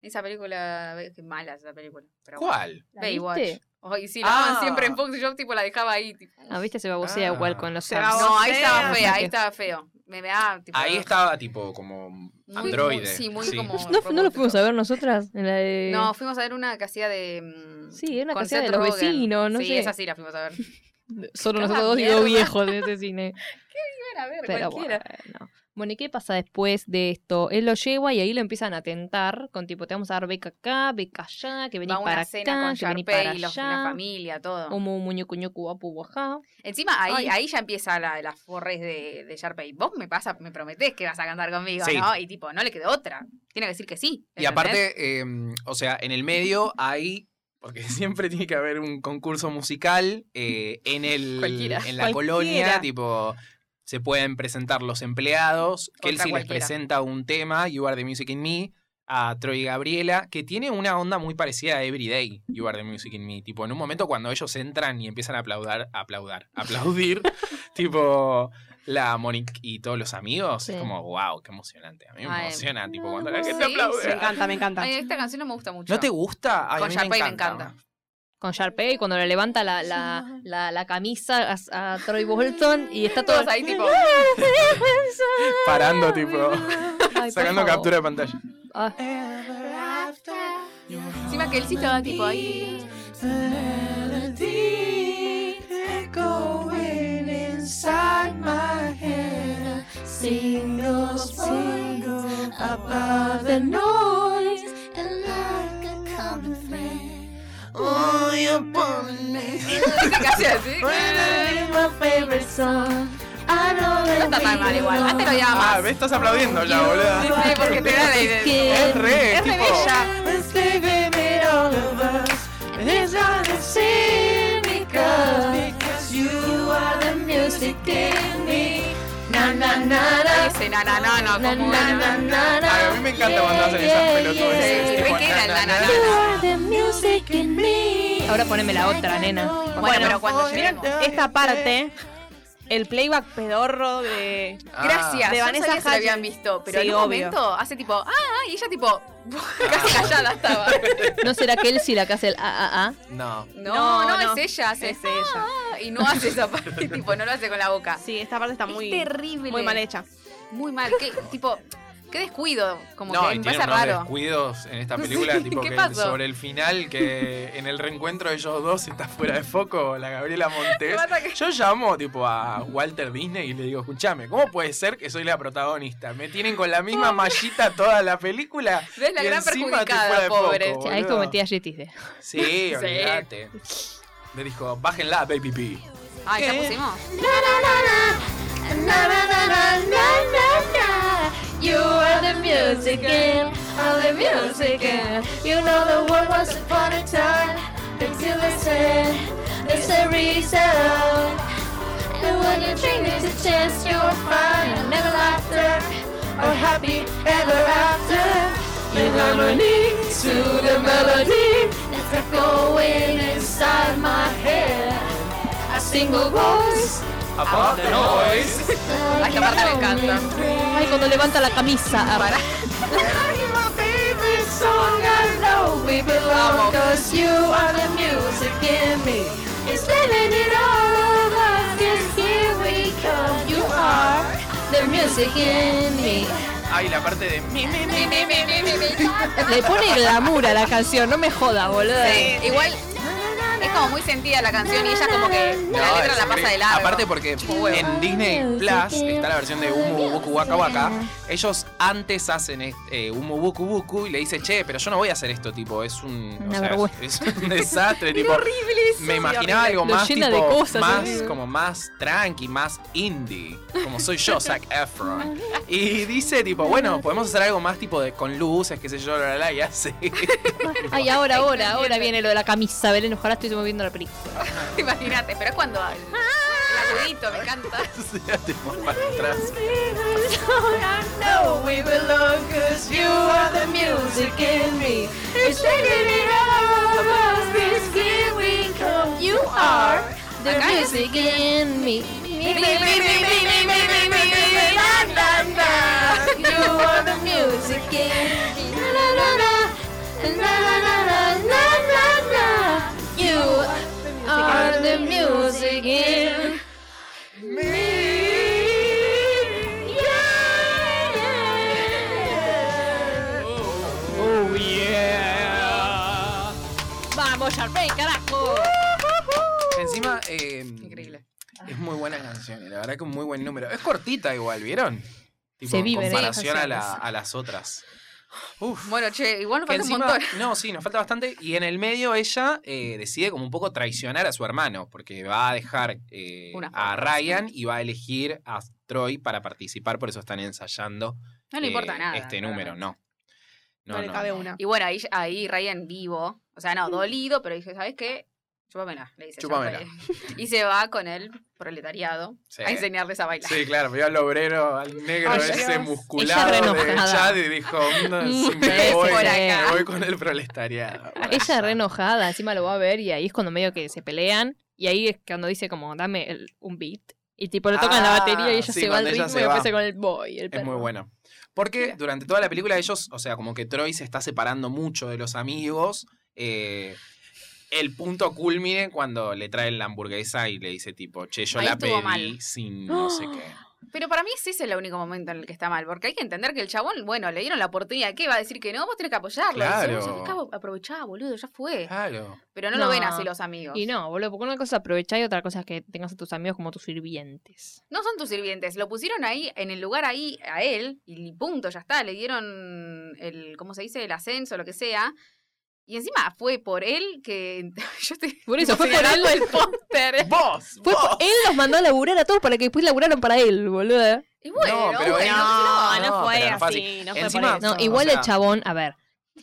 Speaker 2: Esa película, qué mala es esa película. Pero bueno.
Speaker 1: ¿Cuál?
Speaker 4: ¿La
Speaker 2: Baywatch.
Speaker 4: viste?
Speaker 2: Ay, sí, la daban
Speaker 1: Ah.
Speaker 2: siempre en Fox y yo tipo la dejaba ahí. tipo.
Speaker 4: Ah, viste, se babosea
Speaker 1: Ah.
Speaker 4: igual con los
Speaker 3: Se
Speaker 4: abs.
Speaker 3: babosea.
Speaker 2: No, ahí estaba
Speaker 3: Ah,
Speaker 2: fea, ahí
Speaker 4: que-
Speaker 2: estaba feo. Me da, tipo,
Speaker 1: Ahí estaba tipo como
Speaker 2: muy-
Speaker 1: androide.
Speaker 2: muy- sí, muy como-
Speaker 4: ¿No, fu- no lo fuimos a ver nosotras? En la de...
Speaker 2: No, fuimos a ver una casilla de. mm,
Speaker 4: Sí, era una
Speaker 2: con
Speaker 4: casilla de
Speaker 2: Seth
Speaker 4: los
Speaker 2: Rogen.
Speaker 4: vecinos, no
Speaker 2: sí,
Speaker 4: sé.
Speaker 2: esa sí la fuimos a ver. Iban
Speaker 4: Solo
Speaker 2: Cada
Speaker 4: nosotros dos y
Speaker 2: mierda.
Speaker 4: dos viejos de ese cine.
Speaker 2: a ver
Speaker 4: Pero
Speaker 2: cualquiera.
Speaker 4: bueno. Bueno, ¿y qué pasa después de esto? Él lo lleva y ahí lo empiezan a tentar con tipo, te vamos a dar beca acá, beca allá, que venís
Speaker 2: Va a
Speaker 4: para
Speaker 2: una cena
Speaker 4: acá,
Speaker 2: con
Speaker 4: que venís para
Speaker 2: Sharpay y los- la
Speaker 4: allá.
Speaker 2: familia, todo.
Speaker 4: Omu, muñeco, ñoco, guapo, guajá.
Speaker 2: Encima ahí,
Speaker 4: Ay.
Speaker 2: ahí ya empieza la, la forres de, de Sharpay. Vos me pasa, me prometés que vas a cantar conmigo,
Speaker 1: Sí.
Speaker 2: ¿no? Y tipo, no le quedó otra. Tiene que decir que sí.
Speaker 1: Y
Speaker 2: ¿entendés?
Speaker 1: aparte, eh, o sea, en el medio hay. Porque siempre tiene que haber un concurso musical eh, en, el,
Speaker 2: Cualquiera.
Speaker 1: en la
Speaker 3: Cualquiera.
Speaker 1: colonia, tipo. Se pueden presentar los empleados.
Speaker 2: Otra
Speaker 1: Kelsey les
Speaker 2: cualquiera.
Speaker 1: presenta un tema, You Are the Music in Me, a Troy y Gabriela, que tiene una onda muy parecida a Everyday, You Are the Music in Me. Tipo, en un momento cuando ellos entran y empiezan a aplaudar, aplaudar, aplaudir, tipo la Monique y todos los amigos,
Speaker 4: Sí.
Speaker 1: es como, wow, qué emocionante. A mí me
Speaker 2: Ay,
Speaker 1: emociona, tipo,
Speaker 4: no,
Speaker 1: cuando la gente
Speaker 2: sí,
Speaker 1: aplaude.
Speaker 2: sí.
Speaker 3: Me encanta, me encanta.
Speaker 2: Ay, esta canción no me gusta mucho.
Speaker 1: ¿No te gusta? Ay,
Speaker 2: Con
Speaker 1: a mí
Speaker 2: Sharpay me
Speaker 1: me encanta.
Speaker 2: encanta.
Speaker 4: Con Sharpay, cuando le levanta la, la, la, la camisa a, a Troy Bolton y está todos ahí tipo...
Speaker 1: Parando, tipo,
Speaker 4: Ay, por
Speaker 1: Sacando
Speaker 4: favor.
Speaker 1: captura de pantalla.
Speaker 4: Ah,
Speaker 2: Encima que él sí estaba tipo ahí.
Speaker 5: Singles, singles above the noise and like a common thread.
Speaker 2: Dice casi así.
Speaker 5: It's my favorite song. I know that
Speaker 2: No está tan mal igual. Antes lo odiaba
Speaker 1: Ah,
Speaker 2: más.
Speaker 1: me estás aplaudiendo ya, boluda.
Speaker 2: Sí, porque te da la idea.
Speaker 1: Es re,
Speaker 2: Es re
Speaker 1: tipo.
Speaker 2: bella.
Speaker 5: It's living in all of us. And it's hard to see because, because you are the music in me. Na na na na.
Speaker 2: Ese na na na no,
Speaker 5: Na,
Speaker 2: como
Speaker 5: na,
Speaker 2: era.
Speaker 5: na, na, na.
Speaker 1: Ay, a mí me encanta cuando hacen esas
Speaker 5: Yeah, yeah,
Speaker 1: pelotudeces.
Speaker 5: yeah.
Speaker 2: Sí,
Speaker 1: tipo,
Speaker 2: re queda
Speaker 1: na,
Speaker 2: el
Speaker 1: na,
Speaker 2: na, na,
Speaker 1: na.
Speaker 5: You are the music in me.
Speaker 4: Ahora poneme la otra, nena.
Speaker 5: Bueno,
Speaker 2: Bueno, pero cuando
Speaker 3: Miren
Speaker 2: lleguemos.
Speaker 3: esta parte, el playback pedorro de.
Speaker 1: Ah,
Speaker 2: Gracias.
Speaker 3: De
Speaker 2: yo
Speaker 3: Vanessa
Speaker 2: sabía que se la
Speaker 3: Hudgens.
Speaker 2: habían visto, pero
Speaker 3: Sí,
Speaker 2: en un
Speaker 3: obvio.
Speaker 2: momento hace tipo, ah, ah, y ella tipo, casi callada estaba.
Speaker 4: ¿No será Kelsey la que hace el AAA?
Speaker 1: No.
Speaker 2: No, no,
Speaker 3: No, no.
Speaker 2: es ella, hace
Speaker 3: Es ella.
Speaker 2: "Ah", y no hace esa parte, tipo, no lo hace con la boca.
Speaker 3: Sí, esta parte está
Speaker 2: Es
Speaker 3: muy,
Speaker 2: terrible.
Speaker 3: muy mal hecha.
Speaker 2: Muy mal, qué, tipo, qué descuido, como
Speaker 1: No,
Speaker 2: que
Speaker 1: y
Speaker 2: me
Speaker 1: tiene
Speaker 2: parece
Speaker 1: unos
Speaker 2: raro.
Speaker 1: descuidos en esta película,
Speaker 2: Sí,
Speaker 1: tipo
Speaker 2: ¿qué
Speaker 1: que
Speaker 2: pasó?
Speaker 1: sobre el final, que en el reencuentro de ellos dos está fuera de foco la Gabriela Montes.
Speaker 2: Me mata que-
Speaker 1: Yo llamo tipo a Walter Disney y le digo, escúchame, ¿cómo puede ser que soy la protagonista? Me tienen con la misma mallita toda la película.
Speaker 2: ¿Ves? La
Speaker 1: y
Speaker 2: gran
Speaker 1: encima estoy
Speaker 2: perjudicada,
Speaker 1: fuera de foco,
Speaker 2: pobre.
Speaker 1: boludo".
Speaker 4: Ahí es como metía Yetis de.
Speaker 1: Sí, olvídate. Le dijo, bájenla, Baby P.
Speaker 2: Ah, ¿ya
Speaker 1: ¿Qué?
Speaker 2: pusimos?
Speaker 5: Na na na na. Na na na na na na na. You are the music in, all the music in. You know the world was upon a time until they said there's a reason. And when you drink there's a chance you'll find never laughter or happy ever after. In harmony to the melody that's echoing inside my head. A single voice.
Speaker 4: Ah,
Speaker 1: Apart the noise.
Speaker 2: A Ah, esta parte me encanta.
Speaker 4: Ay, cuando levanta la camisa. ah,
Speaker 2: Pará.
Speaker 5: My favorite song I know we belong
Speaker 2: Vamos.
Speaker 5: Cause you are the music in me It's living it all over. Yes, here we come. You are the music in me.
Speaker 1: Ay, la parte de mi, mi, mi, mi, mi, mi, mi, mi.
Speaker 4: Le pone glamour a la canción, no me jodas, boludo.
Speaker 2: Igual es como muy sentida la canción y ella como que la
Speaker 1: No,
Speaker 2: letra
Speaker 1: es
Speaker 2: la pasa
Speaker 1: increíble.
Speaker 2: de lado.
Speaker 1: Aparte porque en Disney Plus está la versión de Umu Buku Waka Waka. Ellos antes hacen este, eh, Umu Buku Buku y le dicen, che, pero yo no voy a hacer esto, tipo, es un,
Speaker 4: Una vergüenza.
Speaker 1: es un desastre, tipo. Me imaginaba algo
Speaker 4: Lo
Speaker 1: más
Speaker 4: llena de
Speaker 1: tipo,
Speaker 4: cosas,
Speaker 1: más
Speaker 4: ¿sabes?
Speaker 1: como más tranqui, más indie, como soy yo, Zac Efron. Y dice tipo, bueno, podemos hacer algo más tipo de con luces, qué sé yo, la la, la, y así.
Speaker 4: Ay, ahora, ahora, ahora viene lo de la camisa, Belén. Ojalá estuviésemos viendo la película.
Speaker 2: Imagínate, pero es cuando el,
Speaker 4: Ah.
Speaker 2: el agudito, me encanta.
Speaker 1: O sea, tipo, para atrás.
Speaker 5: No, we belong cause you are the music in me. It's living it all over. Yes, here we come. You are the
Speaker 2: Acá es-
Speaker 5: music in me. Me, me, me, me, me, me, me, me, me, me, me, na, na, na. You are the music in me. Na, na, na, na, na, na, na, na, na, na. You are the music in me. Yeah.
Speaker 1: Oh yeah.
Speaker 4: Vamos, Sharpay, carajo.
Speaker 2: Uh.
Speaker 1: Encima, eh,
Speaker 2: Increíble.
Speaker 1: es muy buena canción, y la verdad que un muy buen número. Es cortita igual, ¿vieron? Tipo,
Speaker 4: Se viven
Speaker 1: en
Speaker 4: esas
Speaker 1: comparación a, la-
Speaker 4: canciones.
Speaker 1: a las otras. Uf.
Speaker 2: Bueno, che, igual nos
Speaker 1: Que
Speaker 2: falta un
Speaker 1: encima-
Speaker 2: montón.
Speaker 1: no, sí, nos falta bastante. Y en el medio ella eh, decide como un poco traicionar a su hermano, porque va a dejar eh,
Speaker 2: Unas
Speaker 1: a
Speaker 2: pocas.
Speaker 1: Ryan y va a elegir a Troy para participar, por eso están ensayando
Speaker 2: No le
Speaker 1: eh,
Speaker 2: importa nada.
Speaker 1: este
Speaker 2: la
Speaker 1: número,
Speaker 2: verdad.
Speaker 1: no.
Speaker 3: No, le cabe una.
Speaker 2: Y bueno, ahí, ahí Ryan vivo, o sea,
Speaker 4: Mm.
Speaker 2: no, dolido, pero dice, ¿sabes qué? Chúpamela, le dice.
Speaker 1: Chúpamela.
Speaker 2: Sharpay. Y se va con el proletariado
Speaker 1: Sí.
Speaker 2: a enseñarles a bailar.
Speaker 1: Sí, claro, vio al obrero, al negro
Speaker 3: Ay,
Speaker 1: ese
Speaker 3: Dios.
Speaker 1: musculado
Speaker 4: Ella re
Speaker 1: de
Speaker 4: enojada. Mm.
Speaker 1: Chad y dijo, "No, sí, me,
Speaker 2: Es
Speaker 1: voy,
Speaker 2: por
Speaker 1: me
Speaker 2: acá.
Speaker 1: voy con el proletariado.
Speaker 4: Ella re enojada, encima lo va a ver y ahí es cuando medio que se pelean. Y ahí es cuando dice como, dame el- un beat. Y tipo le tocan
Speaker 1: Ah,
Speaker 4: la batería y ella
Speaker 1: sí,
Speaker 4: se va al
Speaker 1: cuando ella se
Speaker 4: ritmo y
Speaker 1: va.
Speaker 4: empieza con el boy. El
Speaker 1: Es
Speaker 4: perro.
Speaker 1: muy buena. Porque durante toda la película ellos, o sea, como que Troy se está separando mucho de los amigos. eh, el punto culmine cuando le traen la hamburguesa y le dice tipo, che, yo
Speaker 2: Ahí
Speaker 1: la
Speaker 2: estuvo
Speaker 1: pedí
Speaker 2: mal.
Speaker 1: sin no sé qué.
Speaker 2: Pero para mí ese es el único momento en el que está mal, porque hay que entender que el chabón, bueno, le dieron la oportunidad, ¿qué? Va a decir que no, vos tenés que apoyarlo.
Speaker 1: Claro. Ah.
Speaker 2: Y dice, "Vos ya fue, aprovechá, boludo, ya fue.
Speaker 1: Claro.
Speaker 2: Pero no, lo ven
Speaker 4: No.
Speaker 2: así los amigos.
Speaker 4: Y no, boludo, porque una cosa es aprovechar y otra cosa es que tengas a tus amigos como tus sirvientes.
Speaker 2: No son tus sirvientes, lo pusieron ahí, en el lugar ahí, a él, y punto, ya está, le dieron el, ¿cómo se dice? El ascenso, lo que sea. Y encima fue por él que yo estoy
Speaker 4: Por eso, fue por él.
Speaker 2: señalando el póster.
Speaker 1: ¡Vos!
Speaker 4: Fue
Speaker 1: vos!
Speaker 4: por- él los mandó a laburar a todos para que después laburaran para él, boludo.
Speaker 2: Y bueno,
Speaker 1: No, pero
Speaker 2: bueno,
Speaker 1: él-
Speaker 2: no,
Speaker 1: no, pero no fue así.
Speaker 3: no fue
Speaker 1: Encima-
Speaker 3: por eso.
Speaker 4: No, igual
Speaker 1: o sea-
Speaker 4: el chabón, a ver,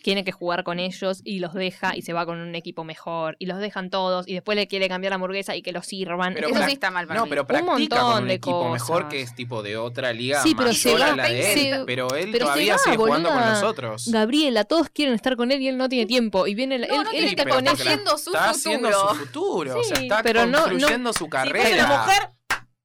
Speaker 4: tiene que jugar con ellos y los deja y se va con un equipo mejor y los dejan todos y después le quiere cambiar la hamburguesa y que lo sirvan.
Speaker 1: Pero
Speaker 2: eso
Speaker 4: Eso
Speaker 1: para-
Speaker 2: sí
Speaker 4: sí-
Speaker 2: está mal para
Speaker 1: No,
Speaker 2: mí.
Speaker 1: pero practica
Speaker 4: montón
Speaker 1: con un
Speaker 4: de
Speaker 1: equipo mejor
Speaker 4: cosas.
Speaker 1: que es tipo de otra liga
Speaker 4: Sí, pero se
Speaker 1: mayor a
Speaker 4: va-
Speaker 1: la de él,
Speaker 4: se-
Speaker 1: pero él
Speaker 4: pero se
Speaker 1: todavía
Speaker 4: va,
Speaker 1: sigue jugando con
Speaker 4: boluda.
Speaker 1: nosotros.
Speaker 4: Gabriela, todos quieren estar con él y él no tiene tiempo. Y viene el-
Speaker 2: No,
Speaker 4: él,
Speaker 2: no
Speaker 4: él
Speaker 2: tiene
Speaker 4: está
Speaker 2: tiempo,
Speaker 4: con
Speaker 2: porque
Speaker 4: ella.
Speaker 1: la-
Speaker 2: haciendo su
Speaker 1: está haciendo su
Speaker 2: futuro.
Speaker 1: futuro, o sea,
Speaker 4: Sí,
Speaker 1: está
Speaker 4: pero no- no-
Speaker 1: construyendo su carrera.
Speaker 3: fuese una mujer,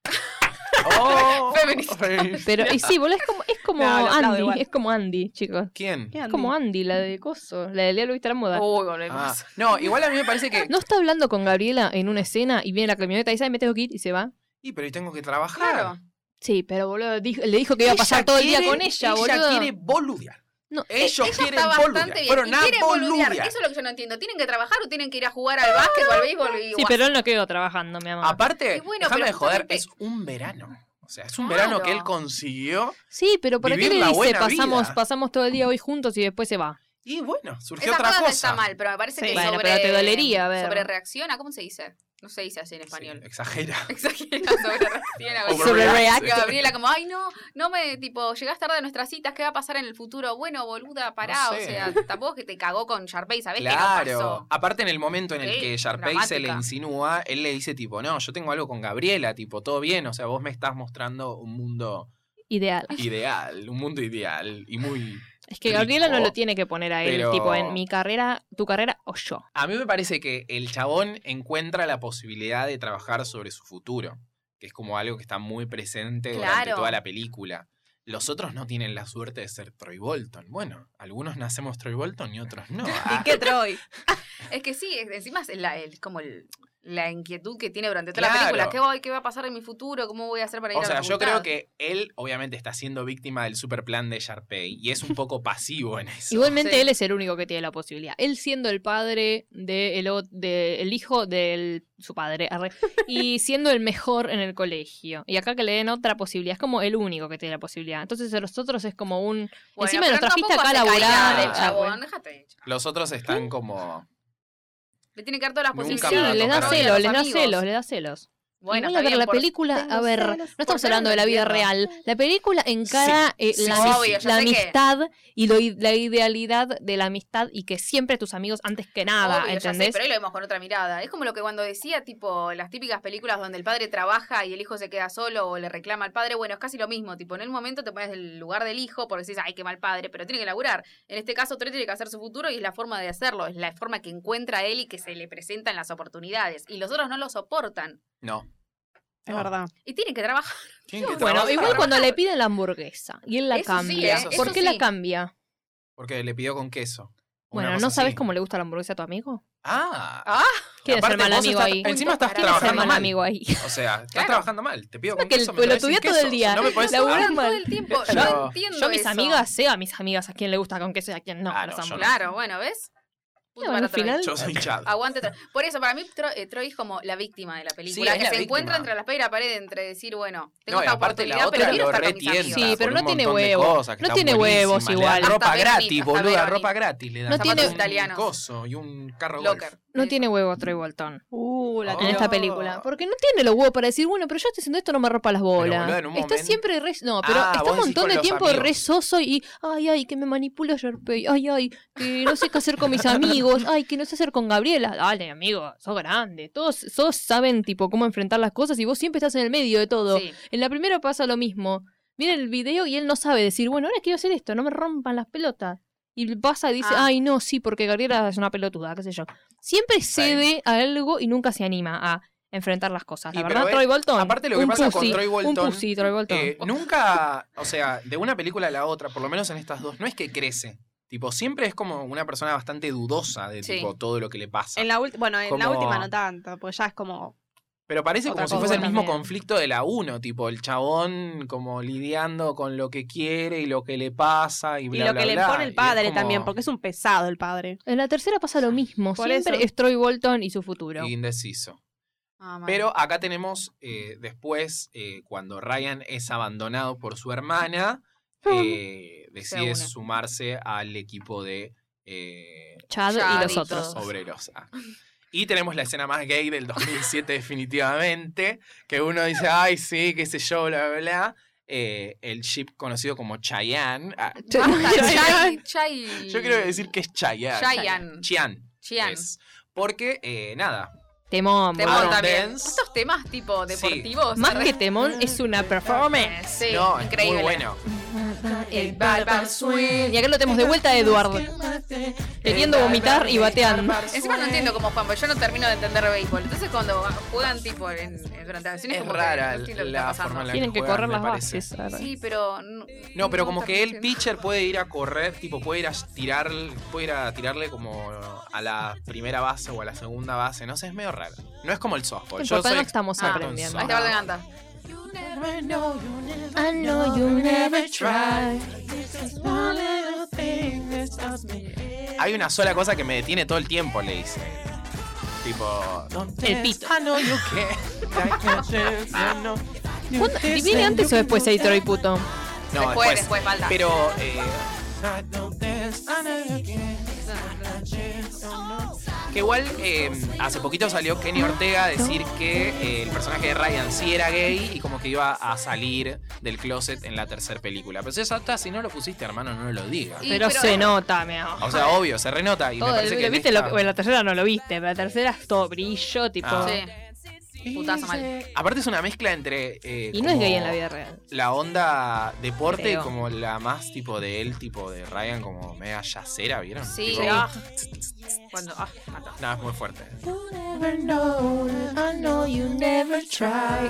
Speaker 1: Oh,
Speaker 2: Feminista.
Speaker 1: ay.
Speaker 4: Pero y sí, boludo, es como, es como
Speaker 3: No, lo aplaudo
Speaker 4: Andy,
Speaker 3: igual.
Speaker 4: es como Andy, chicos.
Speaker 1: ¿Quién?
Speaker 3: ¿Qué
Speaker 4: Es
Speaker 3: Andy?
Speaker 4: como Andy, la de Coso, la de Lea Luis Moda.
Speaker 2: Uy,
Speaker 1: Ah,
Speaker 2: volvemos.
Speaker 1: no, igual a mí me parece que.
Speaker 4: No está hablando con Gabriela en una escena y viene la camioneta y dice, "Ay, me tengo que ir y se va.
Speaker 1: Y pero tengo que trabajar.
Speaker 2: Claro.
Speaker 4: Sí, pero boludo, dijo- le dijo que iba a
Speaker 1: Ella
Speaker 4: pasar todo el día
Speaker 1: quiere-
Speaker 4: con ella,
Speaker 1: Ella
Speaker 4: boludo.
Speaker 1: quiere boludear.
Speaker 4: No, eh,
Speaker 1: Ellos quieren
Speaker 2: E-, Está
Speaker 1: boludear.
Speaker 2: bastante bien.
Speaker 1: Fueron
Speaker 2: Y
Speaker 1: a
Speaker 2: quieren boludear.
Speaker 1: boludear. ¡Ah!
Speaker 2: Eso es lo que yo no entiendo. ¿Tienen que trabajar o tienen que ir a jugar al básquet o al béisbol? Y,
Speaker 4: Sí, pero él no quedó trabajando, mi amor.
Speaker 1: Aparte,
Speaker 2: Y bueno,
Speaker 1: déjame
Speaker 2: pero
Speaker 1: de joder,
Speaker 2: justamente-
Speaker 1: es un verano. O sea, es un
Speaker 2: Claro.
Speaker 1: verano que él consiguió.
Speaker 4: Sí, pero ¿para qué
Speaker 1: Vivir
Speaker 4: le
Speaker 1: la
Speaker 4: dice
Speaker 1: buena
Speaker 4: pasamos,
Speaker 1: vida".
Speaker 4: pasamos todo el día hoy juntos y después se va?
Speaker 1: Y bueno, surgió
Speaker 2: Esa
Speaker 1: otra
Speaker 2: cosa
Speaker 1: cosa.
Speaker 2: está mal, pero me parece
Speaker 3: Sí.
Speaker 2: que
Speaker 4: Bueno,
Speaker 2: sobre,
Speaker 4: pero te dolería, a ver.
Speaker 2: sobre reacciona, ¿cómo se dice? No se dice así en
Speaker 1: Sí,
Speaker 2: español.
Speaker 1: exagera.
Speaker 2: Exagera sobre reacciona.
Speaker 1: Overreact.
Speaker 4: Sobre react.
Speaker 2: Gabriela como, ay no, no me, tipo, llegás tarde a nuestras citas, ¿qué va a pasar en el futuro? Bueno, boluda, pará,
Speaker 1: sé.
Speaker 2: o sea, tampoco es que te cagó con Sharpay, ¿sabés que no
Speaker 1: Claro.
Speaker 2: pasó?
Speaker 1: Aparte, en el momento en el
Speaker 2: Sí,
Speaker 1: que Sharpay se le
Speaker 2: dramática.
Speaker 1: insinúa, él le dice, tipo, no, yo tengo algo con Gabriela, tipo, todo bien. O sea, vos me estás mostrando un mundo
Speaker 4: Ideal.
Speaker 1: ideal, un mundo ideal y muy
Speaker 4: Es que Gabriela no
Speaker 1: Rico.
Speaker 4: lo tiene que poner a él,
Speaker 1: Pero-
Speaker 4: tipo, en mi carrera, tu carrera o yo.
Speaker 1: A mí me parece que el chabón encuentra la posibilidad de trabajar sobre su futuro, que es como algo que está muy presente durante
Speaker 2: Claro.
Speaker 1: toda la película. Los otros no tienen la suerte de ser Troy Bolton. Bueno, algunos nacemos Troy Bolton y otros no. Ah,
Speaker 3: ¿Qué Troy?
Speaker 2: Es que sí, es- encima es la, el- como el- la inquietud que tiene durante toda la
Speaker 1: Claro.
Speaker 2: película. ¿Qué, voy, ¿Qué va a pasar en mi futuro? ¿Cómo voy a hacer para ir
Speaker 1: O
Speaker 2: a
Speaker 1: sea,
Speaker 2: la
Speaker 1: yo creo
Speaker 2: facultad?
Speaker 1: que él obviamente está siendo víctima del superplan de Sharpay y es un poco pasivo en eso.
Speaker 4: Igualmente
Speaker 2: Sí.
Speaker 4: él es el único que tiene la posibilidad. Él siendo el padre de el, ot- de- el hijo de su padre arre, y siendo el mejor en el colegio. Y acá que le den otra posibilidad, es como el único que tiene la posibilidad. Entonces a los otros es como un
Speaker 2: Bueno,
Speaker 4: encima
Speaker 2: pero
Speaker 4: nos trajiste
Speaker 2: tampoco
Speaker 4: acá a
Speaker 2: hace
Speaker 4: laburar,
Speaker 2: caridad,
Speaker 1: eh,
Speaker 2: chabón,
Speaker 4: chabón.
Speaker 2: déjate de hinchar.
Speaker 1: Los otros están como.
Speaker 2: Le tiene que dar todas las
Speaker 1: Nunca
Speaker 4: y
Speaker 1: Nunca
Speaker 4: sí,
Speaker 1: me va a
Speaker 2: posibilidades.
Speaker 4: les da
Speaker 1: tocar.
Speaker 4: celos,
Speaker 2: Los
Speaker 4: les da
Speaker 2: amigos.
Speaker 4: celos, les da celos.
Speaker 2: Bueno,
Speaker 4: Igual
Speaker 2: está
Speaker 4: a ver,
Speaker 2: bien,
Speaker 4: la
Speaker 2: por-
Speaker 4: película, a
Speaker 5: tengo
Speaker 4: ver,
Speaker 5: celos
Speaker 4: no estamos
Speaker 2: por
Speaker 4: hablando de la vida
Speaker 2: tierra.
Speaker 4: real. La película encara eh,
Speaker 1: sí,
Speaker 4: la,
Speaker 1: sí,
Speaker 4: ami-
Speaker 1: sí.
Speaker 2: Obvio, yo
Speaker 4: la
Speaker 2: sé que-
Speaker 4: amistad y lo i- la idealidad de la amistad y que siempre tus amigos antes que nada,
Speaker 2: Obvio, ya sé,
Speaker 4: Ah, ¿entendés?
Speaker 2: pero ahí lo vemos con otra mirada. Es como lo que cuando decía, tipo, las típicas películas donde el padre trabaja y el hijo se queda solo o le reclama al padre. Bueno, es casi lo mismo. Tipo, en el momento te pones del lugar del hijo porque decís, ay, qué mal padre, pero tiene que laburar. En este caso, Trey tiene que hacer su futuro y es la forma de hacerlo. Es la forma que encuentra él y que se le presentan las oportunidades. Y los otros no lo soportan.
Speaker 1: No.
Speaker 3: Es
Speaker 1: No.
Speaker 3: verdad.
Speaker 2: Y tienen que trabajar.
Speaker 1: Tienen que
Speaker 4: Bueno,
Speaker 1: trabajar.
Speaker 4: igual cuando le piden la hamburguesa y él la
Speaker 2: Eso sí,
Speaker 4: cambia,
Speaker 1: ¿eh?
Speaker 4: ¿por
Speaker 1: Eso
Speaker 4: qué
Speaker 2: sí.
Speaker 4: la cambia?
Speaker 1: Porque le pidió con queso. Una
Speaker 4: Bueno,
Speaker 1: cosa
Speaker 4: ¿no sabes
Speaker 1: así.
Speaker 4: cómo le gusta la hamburguesa a tu amigo?
Speaker 1: Ah.
Speaker 2: Ah,
Speaker 4: ¿Quién es
Speaker 1: Aparte,
Speaker 4: el mal
Speaker 1: vos
Speaker 4: amigo
Speaker 1: estás-
Speaker 4: ahí? ¿Quién
Speaker 1: Encima estás
Speaker 2: ¿Quién
Speaker 4: es el
Speaker 1: trabajando
Speaker 4: mal
Speaker 1: mal.
Speaker 4: amigo ahí?
Speaker 1: O sea, estás
Speaker 2: Claro.
Speaker 1: trabajando mal. Te pido
Speaker 4: Creo
Speaker 1: con
Speaker 4: que
Speaker 1: queso,
Speaker 4: el-
Speaker 1: me
Speaker 4: lo
Speaker 1: traes sin
Speaker 4: estudiás todo
Speaker 1: queso.
Speaker 4: el día.
Speaker 1: No me podés-
Speaker 4: Laburás
Speaker 1: Ah,
Speaker 2: Laburan todo
Speaker 4: mal.
Speaker 2: el tiempo. Yo,
Speaker 1: Pero-
Speaker 2: entiendo
Speaker 4: Yo a mis
Speaker 2: eso.
Speaker 4: amigas sé a mis amigas a quién le gusta con queso y a quién no.
Speaker 1: Ah,
Speaker 4: las
Speaker 1: no, yo
Speaker 4: amo.
Speaker 1: no.
Speaker 2: Claro, bueno, ¿ves? Punto
Speaker 4: No,
Speaker 2: para
Speaker 4: al
Speaker 2: Troy.
Speaker 4: final-
Speaker 1: Yo soy hinchado.
Speaker 2: Aguante Troy. Por eso, para mí, Tro- eh, Troy es como la víctima de la película.
Speaker 1: es
Speaker 2: que
Speaker 1: la
Speaker 2: se encuentra
Speaker 1: víctima.
Speaker 2: entre la espalda y la pared, entre decir, bueno, tengo
Speaker 1: No, y
Speaker 2: esta
Speaker 1: aparte
Speaker 2: oportunidad,
Speaker 1: la
Speaker 2: pero
Speaker 1: otra
Speaker 2: quiero
Speaker 1: lo
Speaker 2: estar con mis
Speaker 1: retienta.
Speaker 2: amigos.
Speaker 4: Sí,
Speaker 1: por
Speaker 4: pero
Speaker 1: un
Speaker 4: no tiene
Speaker 1: montón de
Speaker 4: huevo.
Speaker 1: cosas que
Speaker 4: No
Speaker 1: están
Speaker 4: tiene huevos
Speaker 1: buenísimas. Le
Speaker 4: igual.
Speaker 1: dan ropa
Speaker 2: Hasta Veroni,
Speaker 1: gratis,
Speaker 2: hasta
Speaker 1: boluda,
Speaker 2: Veroni.
Speaker 1: ropa gratis. Le dan
Speaker 4: No tiene-
Speaker 1: zapatos
Speaker 2: italianos.
Speaker 1: coso y un carro golf.
Speaker 2: Locker.
Speaker 4: No tiene huevo Troy Bolton
Speaker 3: Uh, la
Speaker 1: Oh.
Speaker 4: en
Speaker 3: tiró.
Speaker 4: esta película. Porque no tiene los huevos para decir, bueno, pero yo estoy haciendo esto, no me rompa las bolas.
Speaker 1: boluda, en un
Speaker 4: está
Speaker 1: momento-
Speaker 4: siempre re... No, pero
Speaker 1: Ah,
Speaker 4: está
Speaker 1: vos
Speaker 4: un
Speaker 1: decís
Speaker 4: montón
Speaker 1: con
Speaker 4: de
Speaker 1: los
Speaker 4: tiempo
Speaker 1: amigos.
Speaker 4: re soso y, ay, ay, que me manipula Sharpay. Ay, ay, que no sé qué hacer con mis amigos. Ay, que no sé hacer con Gabriela. Dale, amigo, sos grande. Todos sos saben, tipo, cómo enfrentar las cosas y vos siempre estás en el medio de todo.
Speaker 2: Sí.
Speaker 4: En la primera pasa lo mismo. Mira el video y él no sabe decir, bueno, ahora quiero hacer esto, no me rompan las pelotas. Y pasa y dice,
Speaker 2: Ah.
Speaker 4: ay, no, sí, porque Gabriela es una pelotuda, qué sé yo. Siempre cede a algo y nunca se anima a enfrentar las cosas. La
Speaker 1: Y pero
Speaker 4: verdad,
Speaker 1: él-
Speaker 4: Troy Bolton.
Speaker 1: aparte lo que
Speaker 4: un
Speaker 1: pasa con
Speaker 4: pussy,
Speaker 1: Troy Bolton,
Speaker 4: Un pussy, Troy Bolton. Oh.
Speaker 1: Eh,
Speaker 3: Oh.
Speaker 1: nunca, o sea, de una película a la otra, por lo menos en estas dos, no es que crece. Tipo, siempre es como una persona bastante dudosa de
Speaker 2: Sí.
Speaker 1: tipo, todo lo que le pasa.
Speaker 3: En la ulti- bueno, en la
Speaker 1: Como-
Speaker 3: última no tanto, porque ya es como.
Speaker 1: Pero parece
Speaker 3: Otra
Speaker 1: como si
Speaker 3: cosa
Speaker 1: fuese el mismo
Speaker 4: también.
Speaker 1: conflicto de la 1, tipo el chabón como lidiando con lo que quiere y lo que le pasa y
Speaker 3: Y
Speaker 1: bla,
Speaker 3: lo
Speaker 1: bla,
Speaker 3: que le
Speaker 1: bla,
Speaker 3: pone
Speaker 1: y
Speaker 3: el
Speaker 1: es
Speaker 3: padre
Speaker 1: como
Speaker 3: también, porque es un pesado el padre.
Speaker 4: en la tercera pasa lo mismo.
Speaker 3: Por
Speaker 4: Siempre
Speaker 3: eso.
Speaker 4: es Troy Bolton y su futuro.
Speaker 1: Indeciso.
Speaker 2: Ah, mal.
Speaker 1: Pero acá tenemos eh, después, eh, cuando Ryan es abandonado por su hermana, eh, decide
Speaker 2: une.
Speaker 1: sumarse al equipo de eh,
Speaker 4: Chad,
Speaker 2: Chad
Speaker 4: y los
Speaker 2: y
Speaker 4: otros.
Speaker 2: todos.
Speaker 1: obreros. Ah. Y tenemos la escena más gay del 2007 definitivamente, que uno dice, ay, sí, qué sé yo, bla, bla, bla. Eh, el ship conocido como Chayanne. Ah,
Speaker 2: Basta, Chai-
Speaker 4: Chayanne.
Speaker 2: Chai-
Speaker 1: yo quiero decir que es Chayanne.
Speaker 2: Chayanne.
Speaker 1: Chian.
Speaker 2: Chian.
Speaker 1: es. Porque, eh, nada,
Speaker 4: Temón.
Speaker 2: Temón
Speaker 1: Aaron
Speaker 4: boludo.
Speaker 2: también.
Speaker 1: Dance.
Speaker 2: Estos temas tipo
Speaker 1: Sí.
Speaker 2: deportivos.
Speaker 4: Más que
Speaker 2: ¿sabes?
Speaker 4: temón, es una performance.
Speaker 2: Sí,
Speaker 1: no, es
Speaker 2: increíble.
Speaker 1: muy bueno.
Speaker 4: Y acá lo tenemos de vuelta a Eduardo. Queriendo vomitar y bateando.
Speaker 2: Encima no entiendo cómo Juan, porque yo no termino de entender béisbol. Entonces cuando juegan tipo en, en- durante las acciones
Speaker 1: Es
Speaker 2: como que
Speaker 1: rara
Speaker 2: no entiendo qué
Speaker 1: la
Speaker 2: está pasando.
Speaker 1: forma en la
Speaker 4: Tienen que
Speaker 1: juegan,
Speaker 4: correr
Speaker 1: me
Speaker 4: las
Speaker 1: parece.
Speaker 4: bases. ahora.
Speaker 2: Sí, pero no,
Speaker 1: No, pero como que el
Speaker 2: termino de
Speaker 1: pitcher puede ir a correr, tipo puede ir a tirar, puede ir a tirarle como a la primera base o a la segunda base, no sé, es medio raro. No es como el softball.
Speaker 4: En
Speaker 1: Yo
Speaker 4: Portal
Speaker 1: soy
Speaker 4: no estamos
Speaker 2: Ah,
Speaker 4: aprendiendo.
Speaker 2: Ahí está Bardo Ganta.
Speaker 5: I know you never tried.
Speaker 1: Hay una sola cosa que me detiene todo el tiempo, le dice. Tipo,
Speaker 4: El pito.
Speaker 1: Ah, no, yo qué.
Speaker 4: ¿Cuándo- ¿Y viene antes o después el Troy puto?
Speaker 1: No,
Speaker 2: Después, después, falta.
Speaker 1: Pero eh, que igual eh, hace poquito salió Kenny Ortega a decir que eh, el personaje de Ryan sí era gay y como que iba a salir del closet en la tercera película. Pero si eso está, si no lo pusiste, hermano, no lo digas.
Speaker 2: Y-
Speaker 4: Pero
Speaker 2: pero-
Speaker 4: se nota, me hago.
Speaker 1: O sea, obvio, se renota y me
Speaker 4: Todo el-
Speaker 1: parece que
Speaker 4: lo
Speaker 1: en
Speaker 4: viste
Speaker 1: esta-
Speaker 4: lo- bueno, la tercera no lo viste, pero la tercera es todo brillo, tipo.
Speaker 1: Ah.
Speaker 2: Sí. Putazo mal.
Speaker 1: Aparte es una mezcla entre eh,
Speaker 4: Y no es
Speaker 1: como
Speaker 4: gay en la vida real.
Speaker 1: La onda deporte
Speaker 4: Creo.
Speaker 1: y como la más tipo de él, tipo de Ryan, como media yacera, ¿vieron?
Speaker 2: Sí.
Speaker 1: Tipo,
Speaker 2: ah. Cuando. Ah, mató.
Speaker 1: No, es muy fuerte.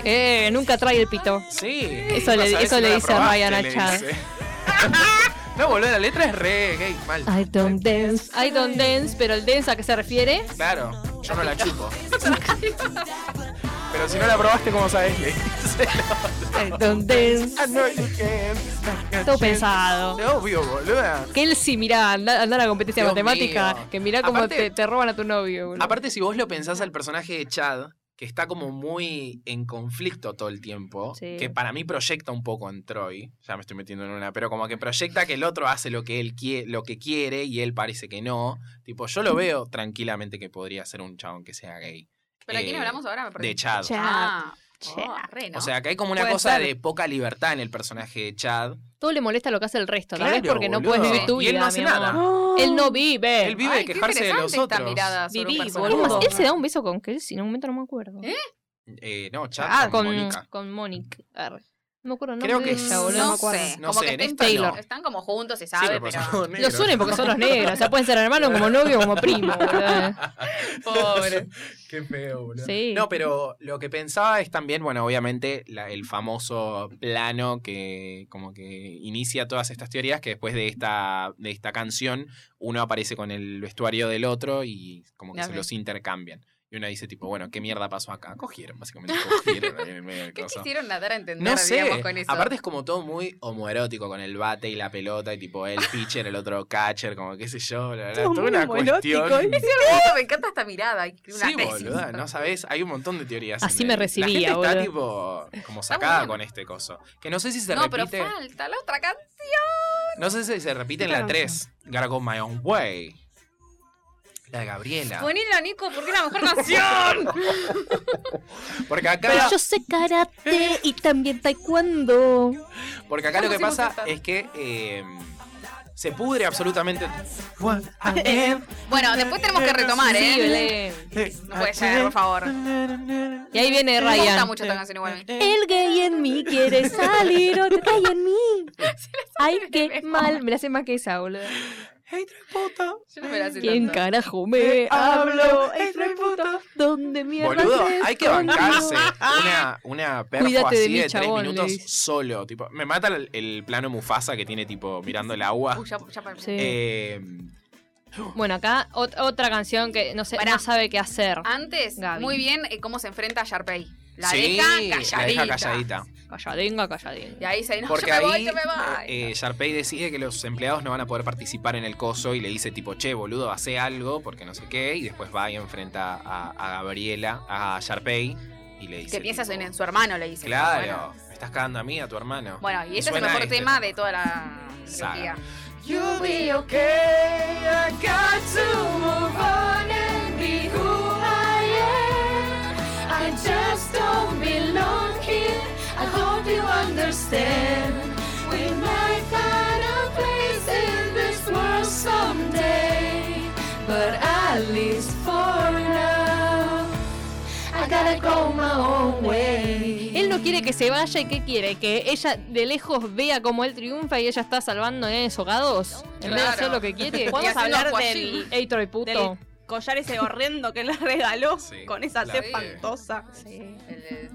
Speaker 4: Eh, nunca trae el pito.
Speaker 1: Sí.
Speaker 4: Eso
Speaker 1: ¿y
Speaker 4: le-
Speaker 1: vas a ver
Speaker 4: eso
Speaker 1: si
Speaker 4: le
Speaker 1: no la
Speaker 4: dice a Ryan
Speaker 1: probaste?
Speaker 4: a
Speaker 1: Le
Speaker 4: Chad.
Speaker 1: dice. no, boludo, la letra es re gay, mal.
Speaker 4: I don't dance. I don't dance, pero el dance a qué se refiere?
Speaker 1: Claro. Yo no la chupo. Pero si no la probaste, ¿cómo sabes? Le dice
Speaker 4: Entonces,
Speaker 1: I know you can.
Speaker 4: todo pensado.
Speaker 1: Obvio, boluda.
Speaker 4: Que él sí, mirá, anda, anda a la competencia de
Speaker 1: Dios
Speaker 4: matemática,
Speaker 1: mío.
Speaker 4: que mirá cómo
Speaker 1: Aparte-
Speaker 4: te, te roban a tu novio, boludo.
Speaker 1: Aparte, si vos lo pensás al personaje de Chad, que está como muy en conflicto todo el tiempo,
Speaker 4: Sí.
Speaker 1: que para mí proyecta un poco en Troy, ya me estoy metiendo en una, pero como que proyecta que el otro hace lo que él quiere, lo que quiere y él parece que no. Tipo, yo lo veo tranquilamente que podría ser un chabón que sea gay.
Speaker 2: ¿Pero a quién
Speaker 1: Eh,
Speaker 2: hablamos ahora? Me perdí.
Speaker 1: De Chad.
Speaker 3: Chad.
Speaker 2: Ah,
Speaker 4: Chad.
Speaker 2: oh, re, ¿no?
Speaker 1: O sea, que hay como una
Speaker 4: Puede
Speaker 1: cosa
Speaker 4: ser.
Speaker 1: de poca libertad en el personaje de Chad.
Speaker 4: Todo le molesta lo que hace el resto, tal vez
Speaker 1: Claro,
Speaker 4: porque no
Speaker 1: boludo.
Speaker 4: puedes vivir tu
Speaker 1: Y
Speaker 4: vida.
Speaker 1: él no hace
Speaker 4: mi amor.
Speaker 1: nada.
Speaker 4: Él no vive.
Speaker 1: Él vive de
Speaker 2: qué
Speaker 1: quejarse de los
Speaker 2: interesante esta
Speaker 1: otros.
Speaker 2: mirada sobre un
Speaker 3: Viví,
Speaker 2: personaje.
Speaker 4: ¿Cómo
Speaker 3: boludo.
Speaker 4: es? Él se da un beso con que él, si en un momento no me acuerdo.
Speaker 2: ¿Eh?
Speaker 1: Eh, no, Chad
Speaker 4: Ah,
Speaker 1: con
Speaker 4: con
Speaker 1: Mónica.
Speaker 4: con Mónica. Arre. No me acuerdo el
Speaker 1: Creo
Speaker 4: nombre
Speaker 1: que
Speaker 4: de
Speaker 1: es-
Speaker 4: ella, boludo.
Speaker 3: no
Speaker 2: no
Speaker 3: me acuerdo.
Speaker 2: sé.
Speaker 1: No
Speaker 2: como
Speaker 1: sé,
Speaker 2: que
Speaker 1: en
Speaker 2: estén-
Speaker 1: esta
Speaker 4: Taylor.
Speaker 1: no.
Speaker 2: están como juntos, se
Speaker 1: Sí,
Speaker 2: sabe,
Speaker 1: pero por
Speaker 2: pero...
Speaker 1: favor,
Speaker 4: Los
Speaker 1: negro.
Speaker 4: unen porque son los negros, o sea, pueden ser hermanos como novio o como primo, boludo.
Speaker 2: Pobre.
Speaker 1: Qué feo, boludo.
Speaker 4: Sí.
Speaker 1: No, pero lo que pensaba es también, bueno, obviamente la- el famoso plano que como que inicia todas estas teorías, que después de esta, de esta canción uno aparece con el vestuario del otro y como que
Speaker 2: Ya
Speaker 1: se
Speaker 2: sé.
Speaker 1: los intercambian. Y uno dice tipo, bueno, ¿qué mierda pasó acá? Cogieron, básicamente cogieron ahí en el medio del
Speaker 2: ¿Qué
Speaker 1: coso.
Speaker 2: quisieron dar a entender,
Speaker 1: No sé,
Speaker 2: digamos, con eso?
Speaker 1: aparte es como todo muy homoerótico con el bate y la pelota y tipo el pitcher, el otro catcher, como qué sé yo, la verdad,
Speaker 3: Todo
Speaker 1: toda
Speaker 3: muy
Speaker 1: una
Speaker 3: homoerótico,
Speaker 1: cuestión.
Speaker 3: ¿eh?
Speaker 2: me encanta esta mirada. hay Una
Speaker 1: Sí,
Speaker 2: tesis.
Speaker 1: boluda, no sabés, hay un montón de teorías.
Speaker 4: Así
Speaker 1: en
Speaker 4: me
Speaker 1: el-
Speaker 4: recibía,
Speaker 1: La gente está tipo como sacada
Speaker 2: bueno.
Speaker 1: con este coso. Que no sé si se
Speaker 2: No, pero
Speaker 1: repite.
Speaker 2: falta la otra canción.
Speaker 1: No sé si se repite en la
Speaker 3: Claro.
Speaker 1: 3. Gotta go my own way. La de Gabriela.
Speaker 2: Ponela, Nico, porque es la mejor canción.
Speaker 1: Porque acá,
Speaker 4: Pero yo sé karate y también taekwondo.
Speaker 1: porque acá lo que
Speaker 2: ¿Cómo hacemos
Speaker 1: pasa
Speaker 2: esta?
Speaker 1: es que eh, se pudre absolutamente.
Speaker 2: bueno, después tenemos que retomar,
Speaker 4: Sí,
Speaker 2: ¿eh?
Speaker 4: Belén.
Speaker 2: No puede ser, por favor.
Speaker 4: Y ahí viene
Speaker 2: Me gusta
Speaker 4: Ryan.
Speaker 2: mucho esta canción igual. a mí.
Speaker 4: El gay en mí quiere salir, otro gay en mí. Ay, qué mal. Me la hace más que esa, boludo.
Speaker 2: Yo no me la sé
Speaker 4: ¿Quién
Speaker 2: tanto.
Speaker 4: carajo me Eh, hablo? Es re puto. ¿Dónde mierda
Speaker 1: Boludo,
Speaker 4: se
Speaker 1: hay que
Speaker 4: escondió?
Speaker 1: bancarse
Speaker 2: Ah.
Speaker 1: una, una perfo
Speaker 4: Cuídate de
Speaker 1: así
Speaker 4: mí,
Speaker 1: de, tres
Speaker 4: chabón, le
Speaker 1: minutos
Speaker 4: dice.
Speaker 1: solo. Tipo, me mata el, el plano Mufasa que tiene tipo mirando el agua.
Speaker 2: Uy, ya, ya para-
Speaker 4: Sí.
Speaker 1: Eh,
Speaker 4: Bueno, acá ot- otra canción que no, sé,
Speaker 2: Pará.
Speaker 4: no sabe qué hacer.
Speaker 2: Antes,
Speaker 4: Gaby.
Speaker 2: muy bien eh, cómo se enfrenta a Sharpay. La
Speaker 1: sí,
Speaker 2: deja
Speaker 1: La
Speaker 2: calladita.
Speaker 1: deja calladita.
Speaker 4: Calladinga, calladinga.
Speaker 2: Y ahí se no,
Speaker 1: Porque
Speaker 2: yo me voy,
Speaker 1: ahí
Speaker 2: yo me voy.
Speaker 1: eh, Sharpay decide que los empleados no van a poder participar en el coso y le dice tipo, che, boludo, hace algo porque no sé qué. Y después va y enfrenta a, a Gabriela, a Sharpay, y le dice...
Speaker 2: que piensas
Speaker 1: tipo,
Speaker 2: en, en su hermano, le dice.
Speaker 1: Claro, me estás cagando a mí, a tu hermano.
Speaker 2: Bueno, bueno, y
Speaker 1: Me
Speaker 2: este es el
Speaker 1: suena
Speaker 2: mejor
Speaker 1: este
Speaker 2: tema de toda la
Speaker 1: Saga.
Speaker 2: trilogía.
Speaker 5: You'll be okay. I got to move on and be who I am. I just don't belong here. I hope you understand. We might find a place in this world someday, but at least for now, I gotta go my own way.
Speaker 4: Él no quiere que se vaya y ¿qué quiere? Que ella de lejos vea cómo él triunfa y ella está salvando nenes hogados. En vez de
Speaker 2: Claro.
Speaker 4: hacer lo que quiere.
Speaker 2: Y
Speaker 3: Podemos
Speaker 2: hacer
Speaker 3: hablar
Speaker 2: los
Speaker 3: del
Speaker 4: Ey, Troy, puto.
Speaker 3: del collar ese horrendo que le regaló
Speaker 1: Sí,
Speaker 3: con esa
Speaker 1: la
Speaker 3: C
Speaker 2: de-
Speaker 3: espantosa.
Speaker 2: El, eh,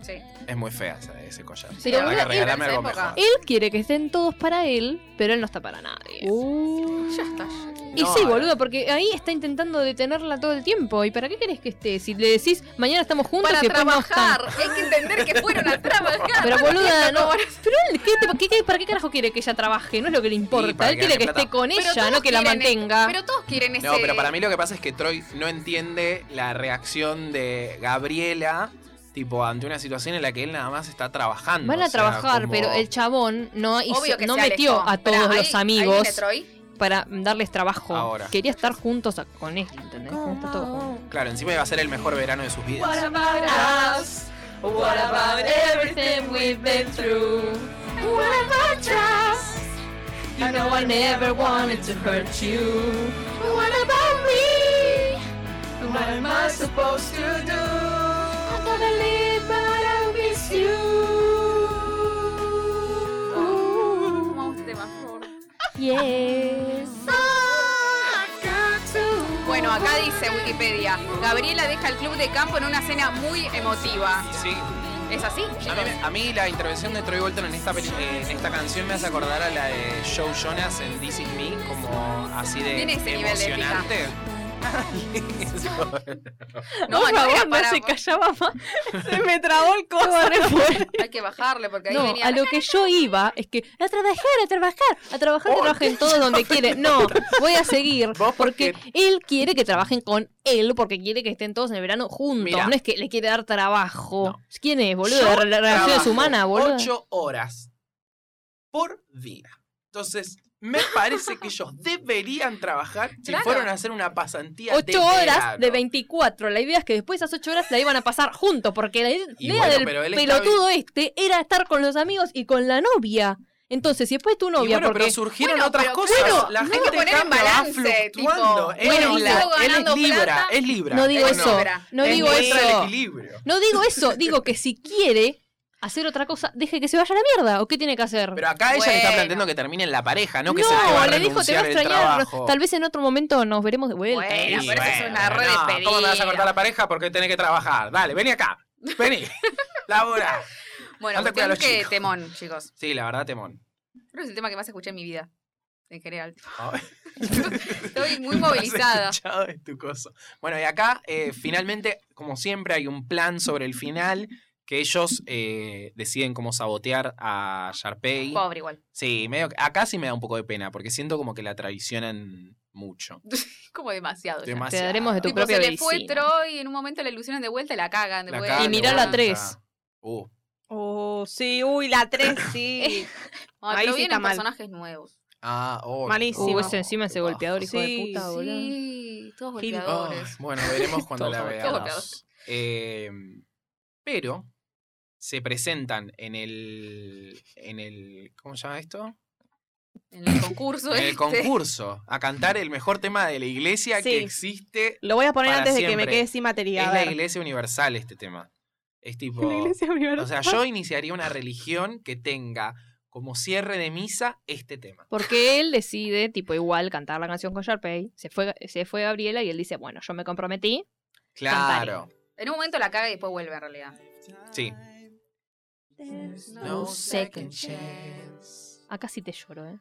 Speaker 2: sí.
Speaker 1: Es muy fea esa, ese collar.
Speaker 4: Sí,
Speaker 1: La
Speaker 4: boludo,
Speaker 1: verdad que
Speaker 2: él
Speaker 1: regálame
Speaker 2: en esa
Speaker 1: algo
Speaker 2: época-
Speaker 1: mejor.
Speaker 4: Él quiere que estén todos para él, pero él no está para nadie.
Speaker 3: Uh,
Speaker 2: Ya está. ya.
Speaker 4: Y
Speaker 1: No,
Speaker 4: sí,
Speaker 1: ahora-
Speaker 4: boludo, porque ahí está intentando detenerla todo el tiempo. ¿Y para qué querés que esté? Si le decís, mañana estamos juntos
Speaker 2: Para
Speaker 4: y después no
Speaker 2: trabajar.
Speaker 4: están.
Speaker 2: Hay que entender que fueron a trabajar.
Speaker 4: Pero boluda, no.
Speaker 2: Pero
Speaker 4: Pero él, ¿qué, te- qué- qué- ¿para qué carajo quiere que ella trabaje? No es lo que le importa.
Speaker 1: para
Speaker 4: Él
Speaker 1: que
Speaker 4: quiere que
Speaker 1: gane plata.
Speaker 4: esté con ella,
Speaker 2: todos
Speaker 4: no que la
Speaker 2: quieren este-
Speaker 4: mantenga.
Speaker 2: pero todos quieren ese.
Speaker 1: No, pero para mí lo que pasa es que Troy no entiende la reacción de Gabriela, tipo, ante una situación en la que él nada más está trabajando.
Speaker 4: Van a
Speaker 1: Mm, o sea,
Speaker 4: trabajar,
Speaker 1: como-
Speaker 4: pero el chabón no, hizo-
Speaker 2: Obvio que
Speaker 4: no
Speaker 2: se
Speaker 4: metió
Speaker 2: alejó.
Speaker 4: a
Speaker 2: Pará,
Speaker 4: todos
Speaker 2: ahí-
Speaker 4: los
Speaker 2: Ahí
Speaker 4: amigos
Speaker 2: viene Troy.
Speaker 4: para darles trabajo.
Speaker 1: Ahora.
Speaker 4: Quería estar juntos a- con él, ¿entendés? Como está todo junto.
Speaker 1: Claro, encima iba a ser el mejor verano de sus
Speaker 5: What
Speaker 1: vidas.
Speaker 5: about us? What about everything we've been through? What about trust? You know I never wanted to hurt you. What about me? What am I supposed to do? I gotta leave, but I miss you.
Speaker 2: Vamos a este tema, por favor.
Speaker 4: Yes.
Speaker 5: I got to
Speaker 2: Bueno, acá dice Wikipedia, Gabriela deja el club de campo en una cena muy emotiva.
Speaker 1: Y sí,
Speaker 2: ¿Es así,
Speaker 1: a
Speaker 2: chicos?
Speaker 1: mí, a mí la intervención de Troy Bolton en esta, peli- eh, en esta canción me hace acordar a la de Joe Jonas en This Is Me, como así de
Speaker 2: Tiene ese nivel de
Speaker 1: emocionante.
Speaker 2: No,
Speaker 4: Por
Speaker 2: no
Speaker 4: favor,
Speaker 2: era
Speaker 4: no
Speaker 2: para-
Speaker 4: se callaba más.
Speaker 3: Se me trabó el coso.
Speaker 2: Hay que bajarle porque ahí
Speaker 4: No,
Speaker 2: venía.
Speaker 4: a lo que yo iba es que a trabajar, a trabajar, a trabajar que
Speaker 1: Oh,
Speaker 4: trabajen todos donde quieren. No, voy a seguir
Speaker 1: Vos porque-
Speaker 4: porque él quiere que trabajen con él porque quiere que estén todos en el verano juntos.
Speaker 1: Mirá.
Speaker 4: No es que le quiere dar trabajo.
Speaker 1: No.
Speaker 4: ¿Quién es, boludo?
Speaker 1: Yo
Speaker 4: De re- relaciones
Speaker 1: trabajo
Speaker 4: humanas, boludo.
Speaker 1: Ocho horas por día. Entonces, me parece que ellos deberían trabajar si
Speaker 2: Claro.
Speaker 1: fueron a hacer una pasantía. de
Speaker 4: Ocho horas
Speaker 1: verano.
Speaker 4: de 24. La idea es que después esas ocho horas la iban a pasar juntos, porque la idea
Speaker 1: Y bueno,
Speaker 4: del
Speaker 1: pero él está
Speaker 4: pelotudo este era estar con los amigos y con la novia. Entonces, si después tu
Speaker 1: Y
Speaker 4: novia,
Speaker 1: bueno,
Speaker 4: porque
Speaker 1: pero surgieron
Speaker 2: Bueno,
Speaker 1: otras
Speaker 2: pero
Speaker 1: cosas.
Speaker 2: claro,
Speaker 1: la
Speaker 2: no hay que
Speaker 1: gente
Speaker 2: poner en
Speaker 1: cambia,
Speaker 2: balance,
Speaker 1: va fluctuando.
Speaker 2: tipo,
Speaker 1: él,
Speaker 4: bueno,
Speaker 1: es la-
Speaker 2: sigo
Speaker 1: él es
Speaker 2: ganando
Speaker 1: libra,
Speaker 2: plata.
Speaker 1: es libra.
Speaker 4: no digo
Speaker 1: Bueno,
Speaker 4: eso,
Speaker 2: espera.
Speaker 4: no
Speaker 1: él
Speaker 4: digo
Speaker 1: muestra
Speaker 4: eso.
Speaker 1: el equilibrio.
Speaker 4: No digo eso, digo que si quiere hacer otra cosa, deje que se vaya a la mierda. ¿O qué tiene que hacer?
Speaker 1: Pero acá ella le está
Speaker 2: Bueno.
Speaker 1: planteando que termine en la pareja, no que se va a
Speaker 4: le dijo, te
Speaker 1: renunciar
Speaker 4: va a
Speaker 1: el
Speaker 4: extrañar.
Speaker 1: trabajo.
Speaker 4: Tal vez en otro momento nos veremos de vuelta.
Speaker 2: Bueno,
Speaker 1: Sí,
Speaker 2: pero eso es una
Speaker 1: bueno,
Speaker 2: red
Speaker 1: no,
Speaker 2: de
Speaker 1: ¿Cómo me vas a
Speaker 2: pedida.
Speaker 1: cortar la pareja? Porque tenés que trabajar. Dale, vení acá. Vení. Labura.
Speaker 2: Bueno,
Speaker 1: Anda a cuidar a
Speaker 2: cuestión
Speaker 1: los
Speaker 2: que
Speaker 1: chicos.
Speaker 2: temón, chicos.
Speaker 1: Sí, la verdad, temón.
Speaker 2: Creo que es el tema que más escuché en mi vida. En general.
Speaker 1: Ay.
Speaker 2: Estoy muy
Speaker 1: Has
Speaker 2: movilizada.
Speaker 1: escuchado de tu cosa. Bueno, y acá, eh, finalmente, como siempre, hay un plan sobre el final que ellos eh, deciden cómo sabotear a Sharpay.
Speaker 2: Pobre igual.
Speaker 1: Sí, medio, que- acá sí me da un poco de pena, porque siento como que la traicionan mucho.
Speaker 2: Como demasiado. ya.
Speaker 1: Demasiado.
Speaker 4: Te daremos de tu
Speaker 2: Tipo,
Speaker 4: propia
Speaker 2: se le fue
Speaker 4: medicina.
Speaker 2: Troy y en un momento la ilusionan de vuelta y la cagan de
Speaker 1: La
Speaker 2: vuelta.
Speaker 1: cagan de
Speaker 4: Y mirá la
Speaker 1: vuelta.
Speaker 4: tres.
Speaker 1: Uh,
Speaker 3: Oh, sí, uy, la 3, sí.
Speaker 2: Ay,
Speaker 3: Ahí
Speaker 2: pero
Speaker 3: sí
Speaker 2: vienen
Speaker 3: está mal.
Speaker 2: personajes nuevos.
Speaker 1: ah, oh,
Speaker 3: Malísimo.
Speaker 1: no,
Speaker 4: Uh, ese encima
Speaker 1: qué
Speaker 4: ese
Speaker 1: paja.
Speaker 4: golpeador, hijo
Speaker 3: Sí,
Speaker 4: de puta, Ah, boludo.
Speaker 2: Sí, todos
Speaker 3: Gil.
Speaker 1: Ay,
Speaker 2: golpeadores.
Speaker 1: Oh, bueno, veremos cuando la
Speaker 4: Todos
Speaker 1: veamos.
Speaker 2: golpeados.
Speaker 1: Eh, pero se presentan en el, en el. ¿Cómo se llama esto?
Speaker 2: En el concurso.
Speaker 1: Oh. En el
Speaker 2: este.
Speaker 1: concurso, a cantar el mejor tema de la iglesia
Speaker 3: Sí.
Speaker 1: que existe.
Speaker 3: Lo voy a poner
Speaker 1: Para
Speaker 3: antes de que
Speaker 1: siempre.
Speaker 3: me quede sin
Speaker 1: Es
Speaker 3: material.
Speaker 1: la iglesia universal este tema. Es tipo.
Speaker 3: La iglesia universal.
Speaker 1: O sea, yo iniciaría una religión que tenga como cierre de misa este tema.
Speaker 4: Porque él decide, tipo, igual cantar la canción con Sharpay. Se fue, se fue Gabriela y él dice, bueno, yo me comprometí.
Speaker 1: Claro.
Speaker 2: En un momento la caga y después vuelve en realidad.
Speaker 1: Sí.
Speaker 4: No second Acá sí te lloro, ¿eh?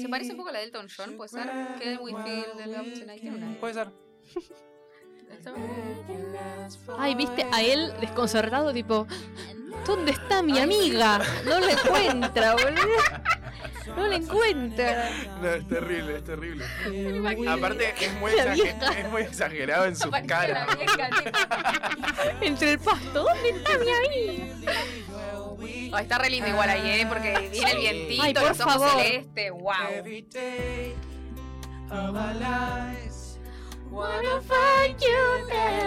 Speaker 2: Se parece un poco a la de Elton John, puede ser. Que we feel the love tonight. Tiene una-
Speaker 1: Puede ser.
Speaker 4: Ay, viste a él desconcertado, tipo, ¿dónde está mi amiga? No la encuentra, boludo. No la encuentra.
Speaker 1: No, es terrible, es terrible.
Speaker 2: imagino.
Speaker 1: Aparte, es muy, exager-
Speaker 4: La vieja.
Speaker 1: es muy exagerado en su
Speaker 2: Apareció
Speaker 1: cara.
Speaker 2: la vieja, tipo.
Speaker 4: Entre el pasto, ¿dónde está mi amiga?
Speaker 2: Oh, está re lindo igual ahí, ¿eh? Porque viene el vientito,
Speaker 4: Ay, por
Speaker 2: los ojos
Speaker 4: favor.
Speaker 2: celeste, wow.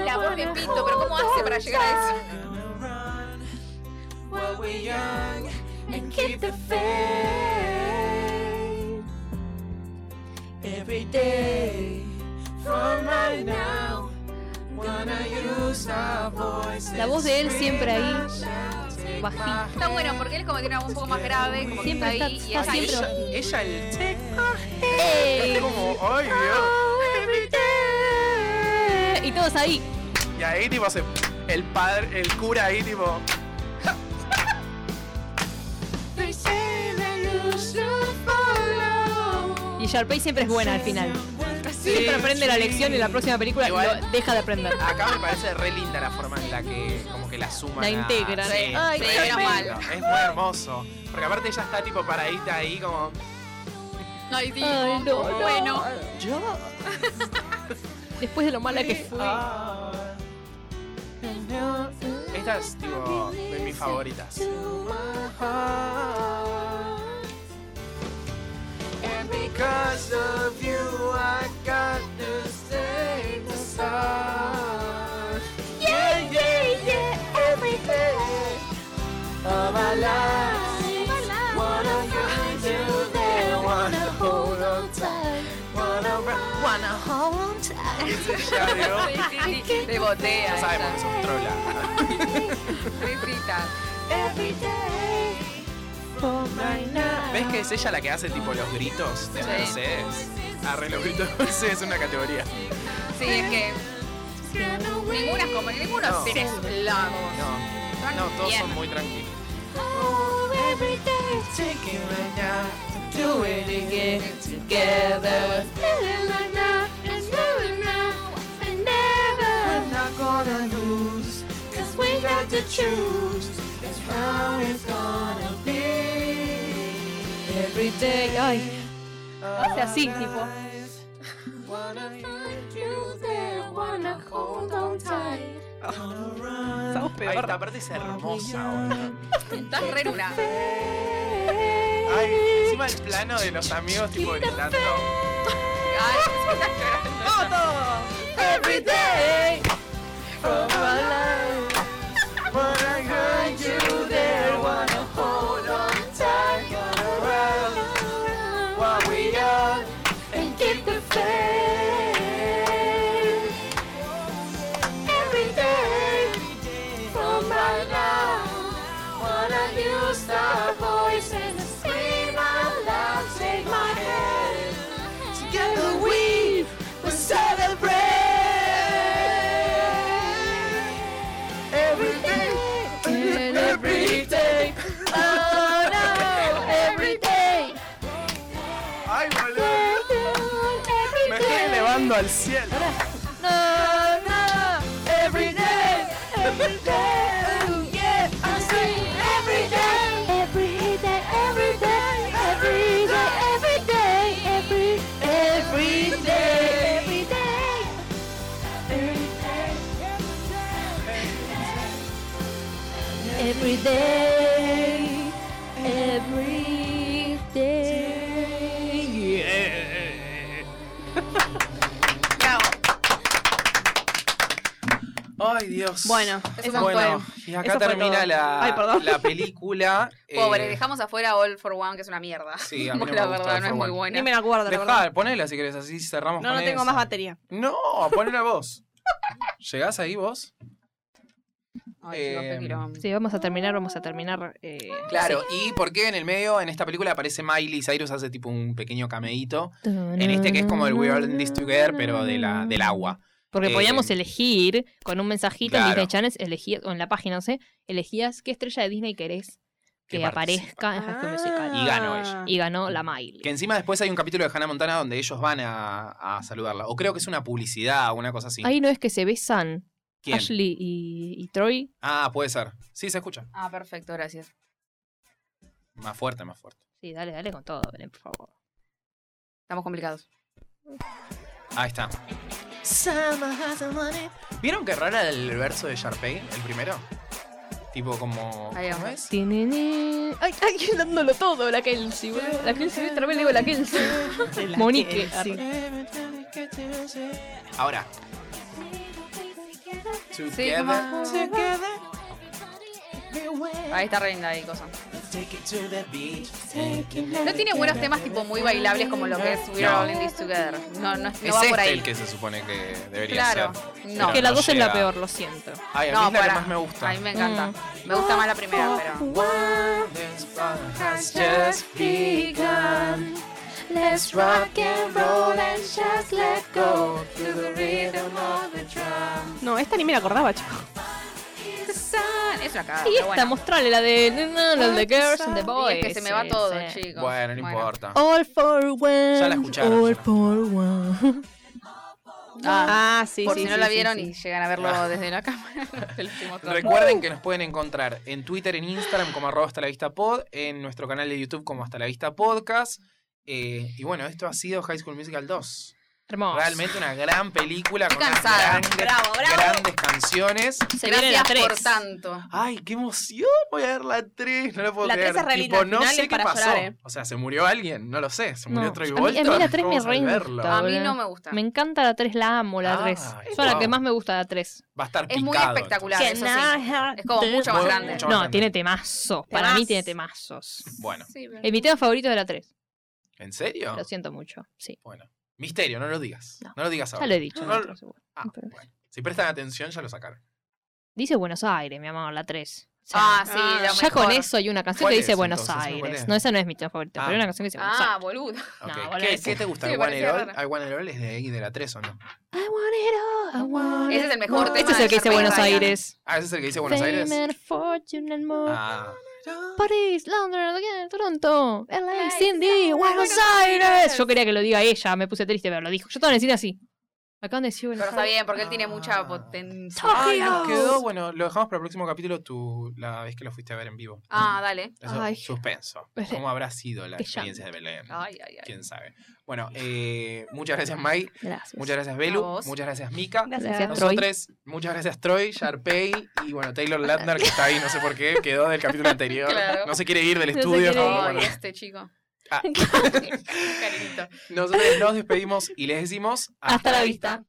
Speaker 2: La voz de Pito, pero ¿cómo hace para llegar a eso?
Speaker 4: La voz de él siempre ahí, bajita.
Speaker 2: Está bueno, porque él como que tiene una voz un poco más grave, como que
Speaker 4: Siempre
Speaker 2: está ahí
Speaker 4: está-
Speaker 2: y es
Speaker 4: está
Speaker 2: ahí.
Speaker 4: siempre-
Speaker 1: Ella, ella el
Speaker 4: ¡Ey! Ah.
Speaker 1: Es como, ay Dios.
Speaker 4: Y todos ahí.
Speaker 1: Y ahí tipo se- el padre, el cura ahí tipo.
Speaker 4: Y Sharpay siempre es buena al final. Siempre aprende la lección y la próxima película
Speaker 1: Igual.
Speaker 4: lo deja de aprender.
Speaker 1: Acá me parece re linda la forma en la que como que la suman.
Speaker 4: La
Speaker 1: a-
Speaker 4: integran.
Speaker 1: Sí,
Speaker 4: Ay,
Speaker 1: sí,
Speaker 2: qué
Speaker 1: es
Speaker 2: mal.
Speaker 1: lindo, Es muy hermoso. Porque aparte ella está tipo paradita ahí como.
Speaker 2: Ay, tipo,
Speaker 4: Ay, no,
Speaker 2: como
Speaker 4: no.
Speaker 2: bueno.
Speaker 1: Yo.
Speaker 4: Después de lo mala que fue.
Speaker 1: Esta es tipo de mis favoritas. Ya, digo,
Speaker 2: Sí, sí, sí, De botea.
Speaker 1: Ya sabemos que
Speaker 2: esa.
Speaker 1: sos trola.
Speaker 2: Re frita.
Speaker 1: ¿Ves que es ella la que hace tipo los gritos de
Speaker 2: Sí.
Speaker 1: Mercedes? Arre, los gritos de Mercedes es una categoría.
Speaker 2: Sí, es que ninguna es como ninguno
Speaker 1: No.
Speaker 2: seres lagos.
Speaker 1: No, no, todos
Speaker 2: Bien.
Speaker 1: son muy tranquilos.
Speaker 5: do it again together. Feeling like now, it's really now, and never. We're not gonna lose, cause we got to choose. It's how it's gonna be. Every day,
Speaker 3: Ay, hace así, tipo.
Speaker 5: wanna find you there, wanna hold on tight.
Speaker 3: Estamos
Speaker 1: Ay,
Speaker 3: peor.
Speaker 1: esta parte es hermosa, boludo.
Speaker 2: Estás re luna.
Speaker 1: Ay, encima el plano de los amigos, tipo, gritando.
Speaker 2: Ay, estás llorando.
Speaker 5: Every day from my life.
Speaker 1: Wanna
Speaker 5: Find you there, wanna hold on tight. Gonna run while we are and keep the faith. Every day from my life. Wanna use our voice and scream out loud. Take my hand. Together we will celebrate. Every day, every day, oh no, every day,
Speaker 1: Ay, boludo.
Speaker 5: every
Speaker 1: Me estoy
Speaker 5: day,
Speaker 1: elevando al cielo.
Speaker 5: no, no, every day, every day, oh yeah, I'm saying every day, every day, every day, every day, every day, every, every day, every day, every day. Every day, every
Speaker 1: Eh,
Speaker 5: day.
Speaker 1: Ay, Dios.
Speaker 3: Bueno,
Speaker 2: Eso
Speaker 3: eso
Speaker 1: Bueno,
Speaker 3: fue.
Speaker 1: y acá
Speaker 3: Eso fue
Speaker 1: termina
Speaker 3: todo.
Speaker 1: la,
Speaker 3: Ay, perdón.
Speaker 1: la película. eh,
Speaker 2: Pobre, dejamos afuera All for One, que es una mierda.
Speaker 1: Sí, a mí no me
Speaker 2: la
Speaker 1: gusta
Speaker 2: verdad
Speaker 1: All
Speaker 2: no es
Speaker 1: for
Speaker 2: muy
Speaker 1: One.
Speaker 2: buena.
Speaker 3: Ni me la acuerdo, la verdad.
Speaker 1: Dejá, ponela si querés, así cerramos
Speaker 3: No,
Speaker 1: con
Speaker 3: no tengo
Speaker 1: esa.
Speaker 3: más batería.
Speaker 1: No, ponela vos. ¿Llegás ahí vos?
Speaker 2: Ay, chicos, qué
Speaker 1: Eh,
Speaker 2: quilombo.
Speaker 4: Sí, vamos a terminar, vamos a terminar. eh,
Speaker 1: Claro, y porque en el medio, en esta película aparece Miley Cyrus, hace tipo un pequeño cameíto. En este que es como el We Are In This Together, pero de la, del agua.
Speaker 4: Porque
Speaker 1: Eh,
Speaker 4: podíamos elegir con un mensajito en
Speaker 1: claro.
Speaker 4: Disney Channel, elegías, o en la página, no sé, elegías qué estrella de Disney querés que,
Speaker 1: Que participa.
Speaker 4: aparezca en
Speaker 2: Ah.
Speaker 3: Ah.
Speaker 4: High School Ah, Musical.
Speaker 1: Y ganó ella.
Speaker 4: Y ganó la Miley.
Speaker 1: Que encima después hay un capítulo de Hannah Montana donde ellos van a, a saludarla. O creo que es una publicidad o una cosa así.
Speaker 4: Ahí no es que se besan
Speaker 1: ¿Quién?
Speaker 4: Ashley y, y Troy.
Speaker 1: Ah, puede ser. Sí, se escucha.
Speaker 2: Ah, perfecto, gracias.
Speaker 1: Más fuerte, más fuerte.
Speaker 4: Sí, dale, dale con todo, Belén, por favor.
Speaker 2: Estamos complicados.
Speaker 1: Ahí está. ¿Vieron qué rara el verso de Sharpay, el primero? Tipo como...
Speaker 2: Ahí
Speaker 1: ¿cómo
Speaker 2: vamos.
Speaker 1: es?
Speaker 4: Tiene- Ay, ay, dándolo todo, la Kelsey, boludo. La Kelsey, otra vez le digo la Kelsey. Monique. arre.
Speaker 1: Ahora.
Speaker 2: Sí,
Speaker 1: Together.
Speaker 2: como- Ahí está re linda ahí, cosa. No tiene buenos temas tipo muy bailables como lo que es We're
Speaker 1: No.
Speaker 2: All in This Together. No, no, no
Speaker 1: Es
Speaker 2: va
Speaker 1: este
Speaker 2: por ahí.
Speaker 1: el que se supone que debería
Speaker 2: Claro.
Speaker 1: ser.
Speaker 2: No.
Speaker 4: Que la
Speaker 1: no
Speaker 4: dos es la
Speaker 1: llega.
Speaker 4: peor, lo siento.
Speaker 1: Ay, a mí
Speaker 2: No,
Speaker 1: es la
Speaker 2: para.
Speaker 1: que más me gusta.
Speaker 2: A mí me encanta. Me gusta más la primera, pero.
Speaker 5: Just begun. Let's rock and roll and just let go to the rhythm of the drum.
Speaker 3: No, esta ni me la acordaba, chicos.
Speaker 2: Es una cagada.
Speaker 4: Y
Speaker 2: pero
Speaker 4: esta,
Speaker 2: bueno.
Speaker 4: mostrale la de, no, la de Girls and the
Speaker 2: Y
Speaker 4: Boys.
Speaker 2: es que se me va todo,
Speaker 4: ese.
Speaker 2: chicos.
Speaker 1: Bueno, no importa.
Speaker 4: All for one.
Speaker 1: Ya la escucharon,
Speaker 4: All
Speaker 1: ya.
Speaker 4: for one.
Speaker 2: Ah,
Speaker 3: Ah, sí,
Speaker 2: por
Speaker 3: sí.
Speaker 2: si no
Speaker 3: sí,
Speaker 2: la
Speaker 3: sí,
Speaker 2: vieron
Speaker 3: sí.
Speaker 2: y llegan a
Speaker 1: Ah.
Speaker 2: verlo desde la cámara. el último tono.
Speaker 1: Recuerden que nos pueden encontrar en Twitter, en Instagram como arroba hasta la vista pod, en nuestro canal de YouTube como hasta la vista podcast. Eh, y bueno, esto ha sido High School Musical 2.
Speaker 4: Hermoso.
Speaker 1: Realmente una gran película con
Speaker 2: Estoy
Speaker 1: unas
Speaker 2: cansada.
Speaker 1: grandes,
Speaker 2: Bravo, bravo.
Speaker 1: grandes canciones.
Speaker 4: Se viene la
Speaker 2: Gracias por
Speaker 4: 3.
Speaker 2: tanto.
Speaker 1: Ay, qué emoción. Voy a ver la 3. No la puedo
Speaker 3: La
Speaker 1: creer.
Speaker 3: 3 es re
Speaker 1: Tipo,
Speaker 3: linda,
Speaker 1: no
Speaker 3: al final
Speaker 1: sé
Speaker 3: es
Speaker 1: qué
Speaker 3: para
Speaker 1: pasó.
Speaker 3: llorar, eh.
Speaker 1: O sea, se murió alguien, no lo sé. Se
Speaker 4: No.
Speaker 1: murió Troy
Speaker 4: A mí- a
Speaker 1: Bolton.
Speaker 4: mí la tres me
Speaker 1: Vamos a
Speaker 4: re
Speaker 1: verlo.
Speaker 4: encanta.
Speaker 2: A mí
Speaker 4: boludo.
Speaker 2: no me gusta.
Speaker 4: Me encanta la 3, la amo, la
Speaker 1: Ah,
Speaker 4: 3.
Speaker 1: ahí
Speaker 4: Son las
Speaker 1: va.
Speaker 4: que más me gusta la 3.
Speaker 1: Va a estar
Speaker 2: Es muy
Speaker 1: picado,
Speaker 2: espectacular.
Speaker 1: entonces.
Speaker 2: Eso sí. Es como mucho más
Speaker 1: Muy-
Speaker 2: grande.
Speaker 1: mucho más
Speaker 4: No,
Speaker 1: grande.
Speaker 4: tiene temazos. Para
Speaker 3: Temaz.
Speaker 4: mí tiene temazos.
Speaker 1: Bueno,
Speaker 2: Sí, pero-
Speaker 4: Eh, mi tema favorito de la 3.
Speaker 1: ¿en serio?
Speaker 4: Lo siento mucho. Sí.
Speaker 1: Bueno. Misterio, no lo digas. No,
Speaker 4: No.
Speaker 1: lo digas ahora.
Speaker 4: Ya lo he dicho. en
Speaker 1: No,
Speaker 4: otros igual.
Speaker 1: Ah,
Speaker 4: Pero-
Speaker 1: bueno. Si prestan atención, ya lo sacaron.
Speaker 4: Dice Buenos Aires, mi amor, la 3.
Speaker 2: Ah, sí,
Speaker 3: Ah,
Speaker 2: lo
Speaker 4: ya con
Speaker 2: mejor.
Speaker 4: eso hay una canción
Speaker 1: ¿Cuál
Speaker 4: que
Speaker 1: es,
Speaker 4: dice Buenos
Speaker 1: entonces? ¿Cuál
Speaker 4: Aires.
Speaker 1: es?
Speaker 4: No, esa no es mi canción favorita,
Speaker 1: Ah.
Speaker 4: pero hay una canción que dice Buenos
Speaker 2: Ah,
Speaker 4: Aires.
Speaker 2: boludo.
Speaker 1: Ok,
Speaker 4: No, boludo,
Speaker 1: ¿Qué,
Speaker 4: eso.
Speaker 1: qué te gusta?
Speaker 2: Sí,
Speaker 1: ¿I
Speaker 2: me
Speaker 1: want it
Speaker 2: parecía
Speaker 1: all?
Speaker 2: raro.
Speaker 1: ¿I want it all es de ahí, de la 3 o no?
Speaker 2: Ese es el mejor tema.
Speaker 4: Ese Este es el que
Speaker 2: de
Speaker 4: dice
Speaker 2: Carpe
Speaker 4: Buenos
Speaker 2: Diem.
Speaker 4: Aires.
Speaker 1: Ah, ese es el que dice Buenos Aires.
Speaker 5: Fame and fortune and more.
Speaker 1: Ah.
Speaker 4: París, Londres, Toronto, LA,
Speaker 2: Ay,
Speaker 4: Cindy,
Speaker 2: Buenos
Speaker 4: Buenos
Speaker 2: Aires.
Speaker 4: Aires. Yo quería que lo diga ella, me puse triste, pero lo dijo. Yo estaba en el cine así. Acaban de decir
Speaker 2: Pero
Speaker 4: Buenos
Speaker 2: está
Speaker 4: Aires.
Speaker 2: bien, porque él tiene
Speaker 1: Ah.
Speaker 2: mucha potencia.
Speaker 1: Ay,
Speaker 4: Dios.
Speaker 1: nos quedó. Bueno, lo dejamos para el próximo capítulo tu, la vez que lo fuiste a ver en vivo.
Speaker 2: Ah, dale.
Speaker 1: Eso,
Speaker 4: Ay.
Speaker 1: suspenso.
Speaker 4: Espere.
Speaker 1: ¿Cómo habrá sido la
Speaker 4: Qué
Speaker 1: experiencia de Belén?
Speaker 2: Ay, ay, ay.
Speaker 1: Quién sabe. Bueno, eh, muchas gracias, Mike.
Speaker 4: Gracias.
Speaker 1: Muchas gracias,
Speaker 2: A
Speaker 1: Belu.
Speaker 2: vos.
Speaker 1: Muchas gracias, Mika.
Speaker 4: Gracias,
Speaker 3: Gracias.
Speaker 4: Troy.
Speaker 1: Nosotros, muchas gracias Troy, Sharpay y bueno, Taylor Latner que está ahí, no sé por qué, quedó del capítulo anterior.
Speaker 2: Claro.
Speaker 1: No se quiere ir del
Speaker 4: No se
Speaker 1: estudio.
Speaker 4: quiere
Speaker 1: no,
Speaker 4: ir.
Speaker 2: Ay,
Speaker 1: bueno.
Speaker 2: este chico.
Speaker 1: Ah.
Speaker 2: Cariñito.
Speaker 1: Nosotros nos despedimos y les decimos
Speaker 4: Hasta la vista.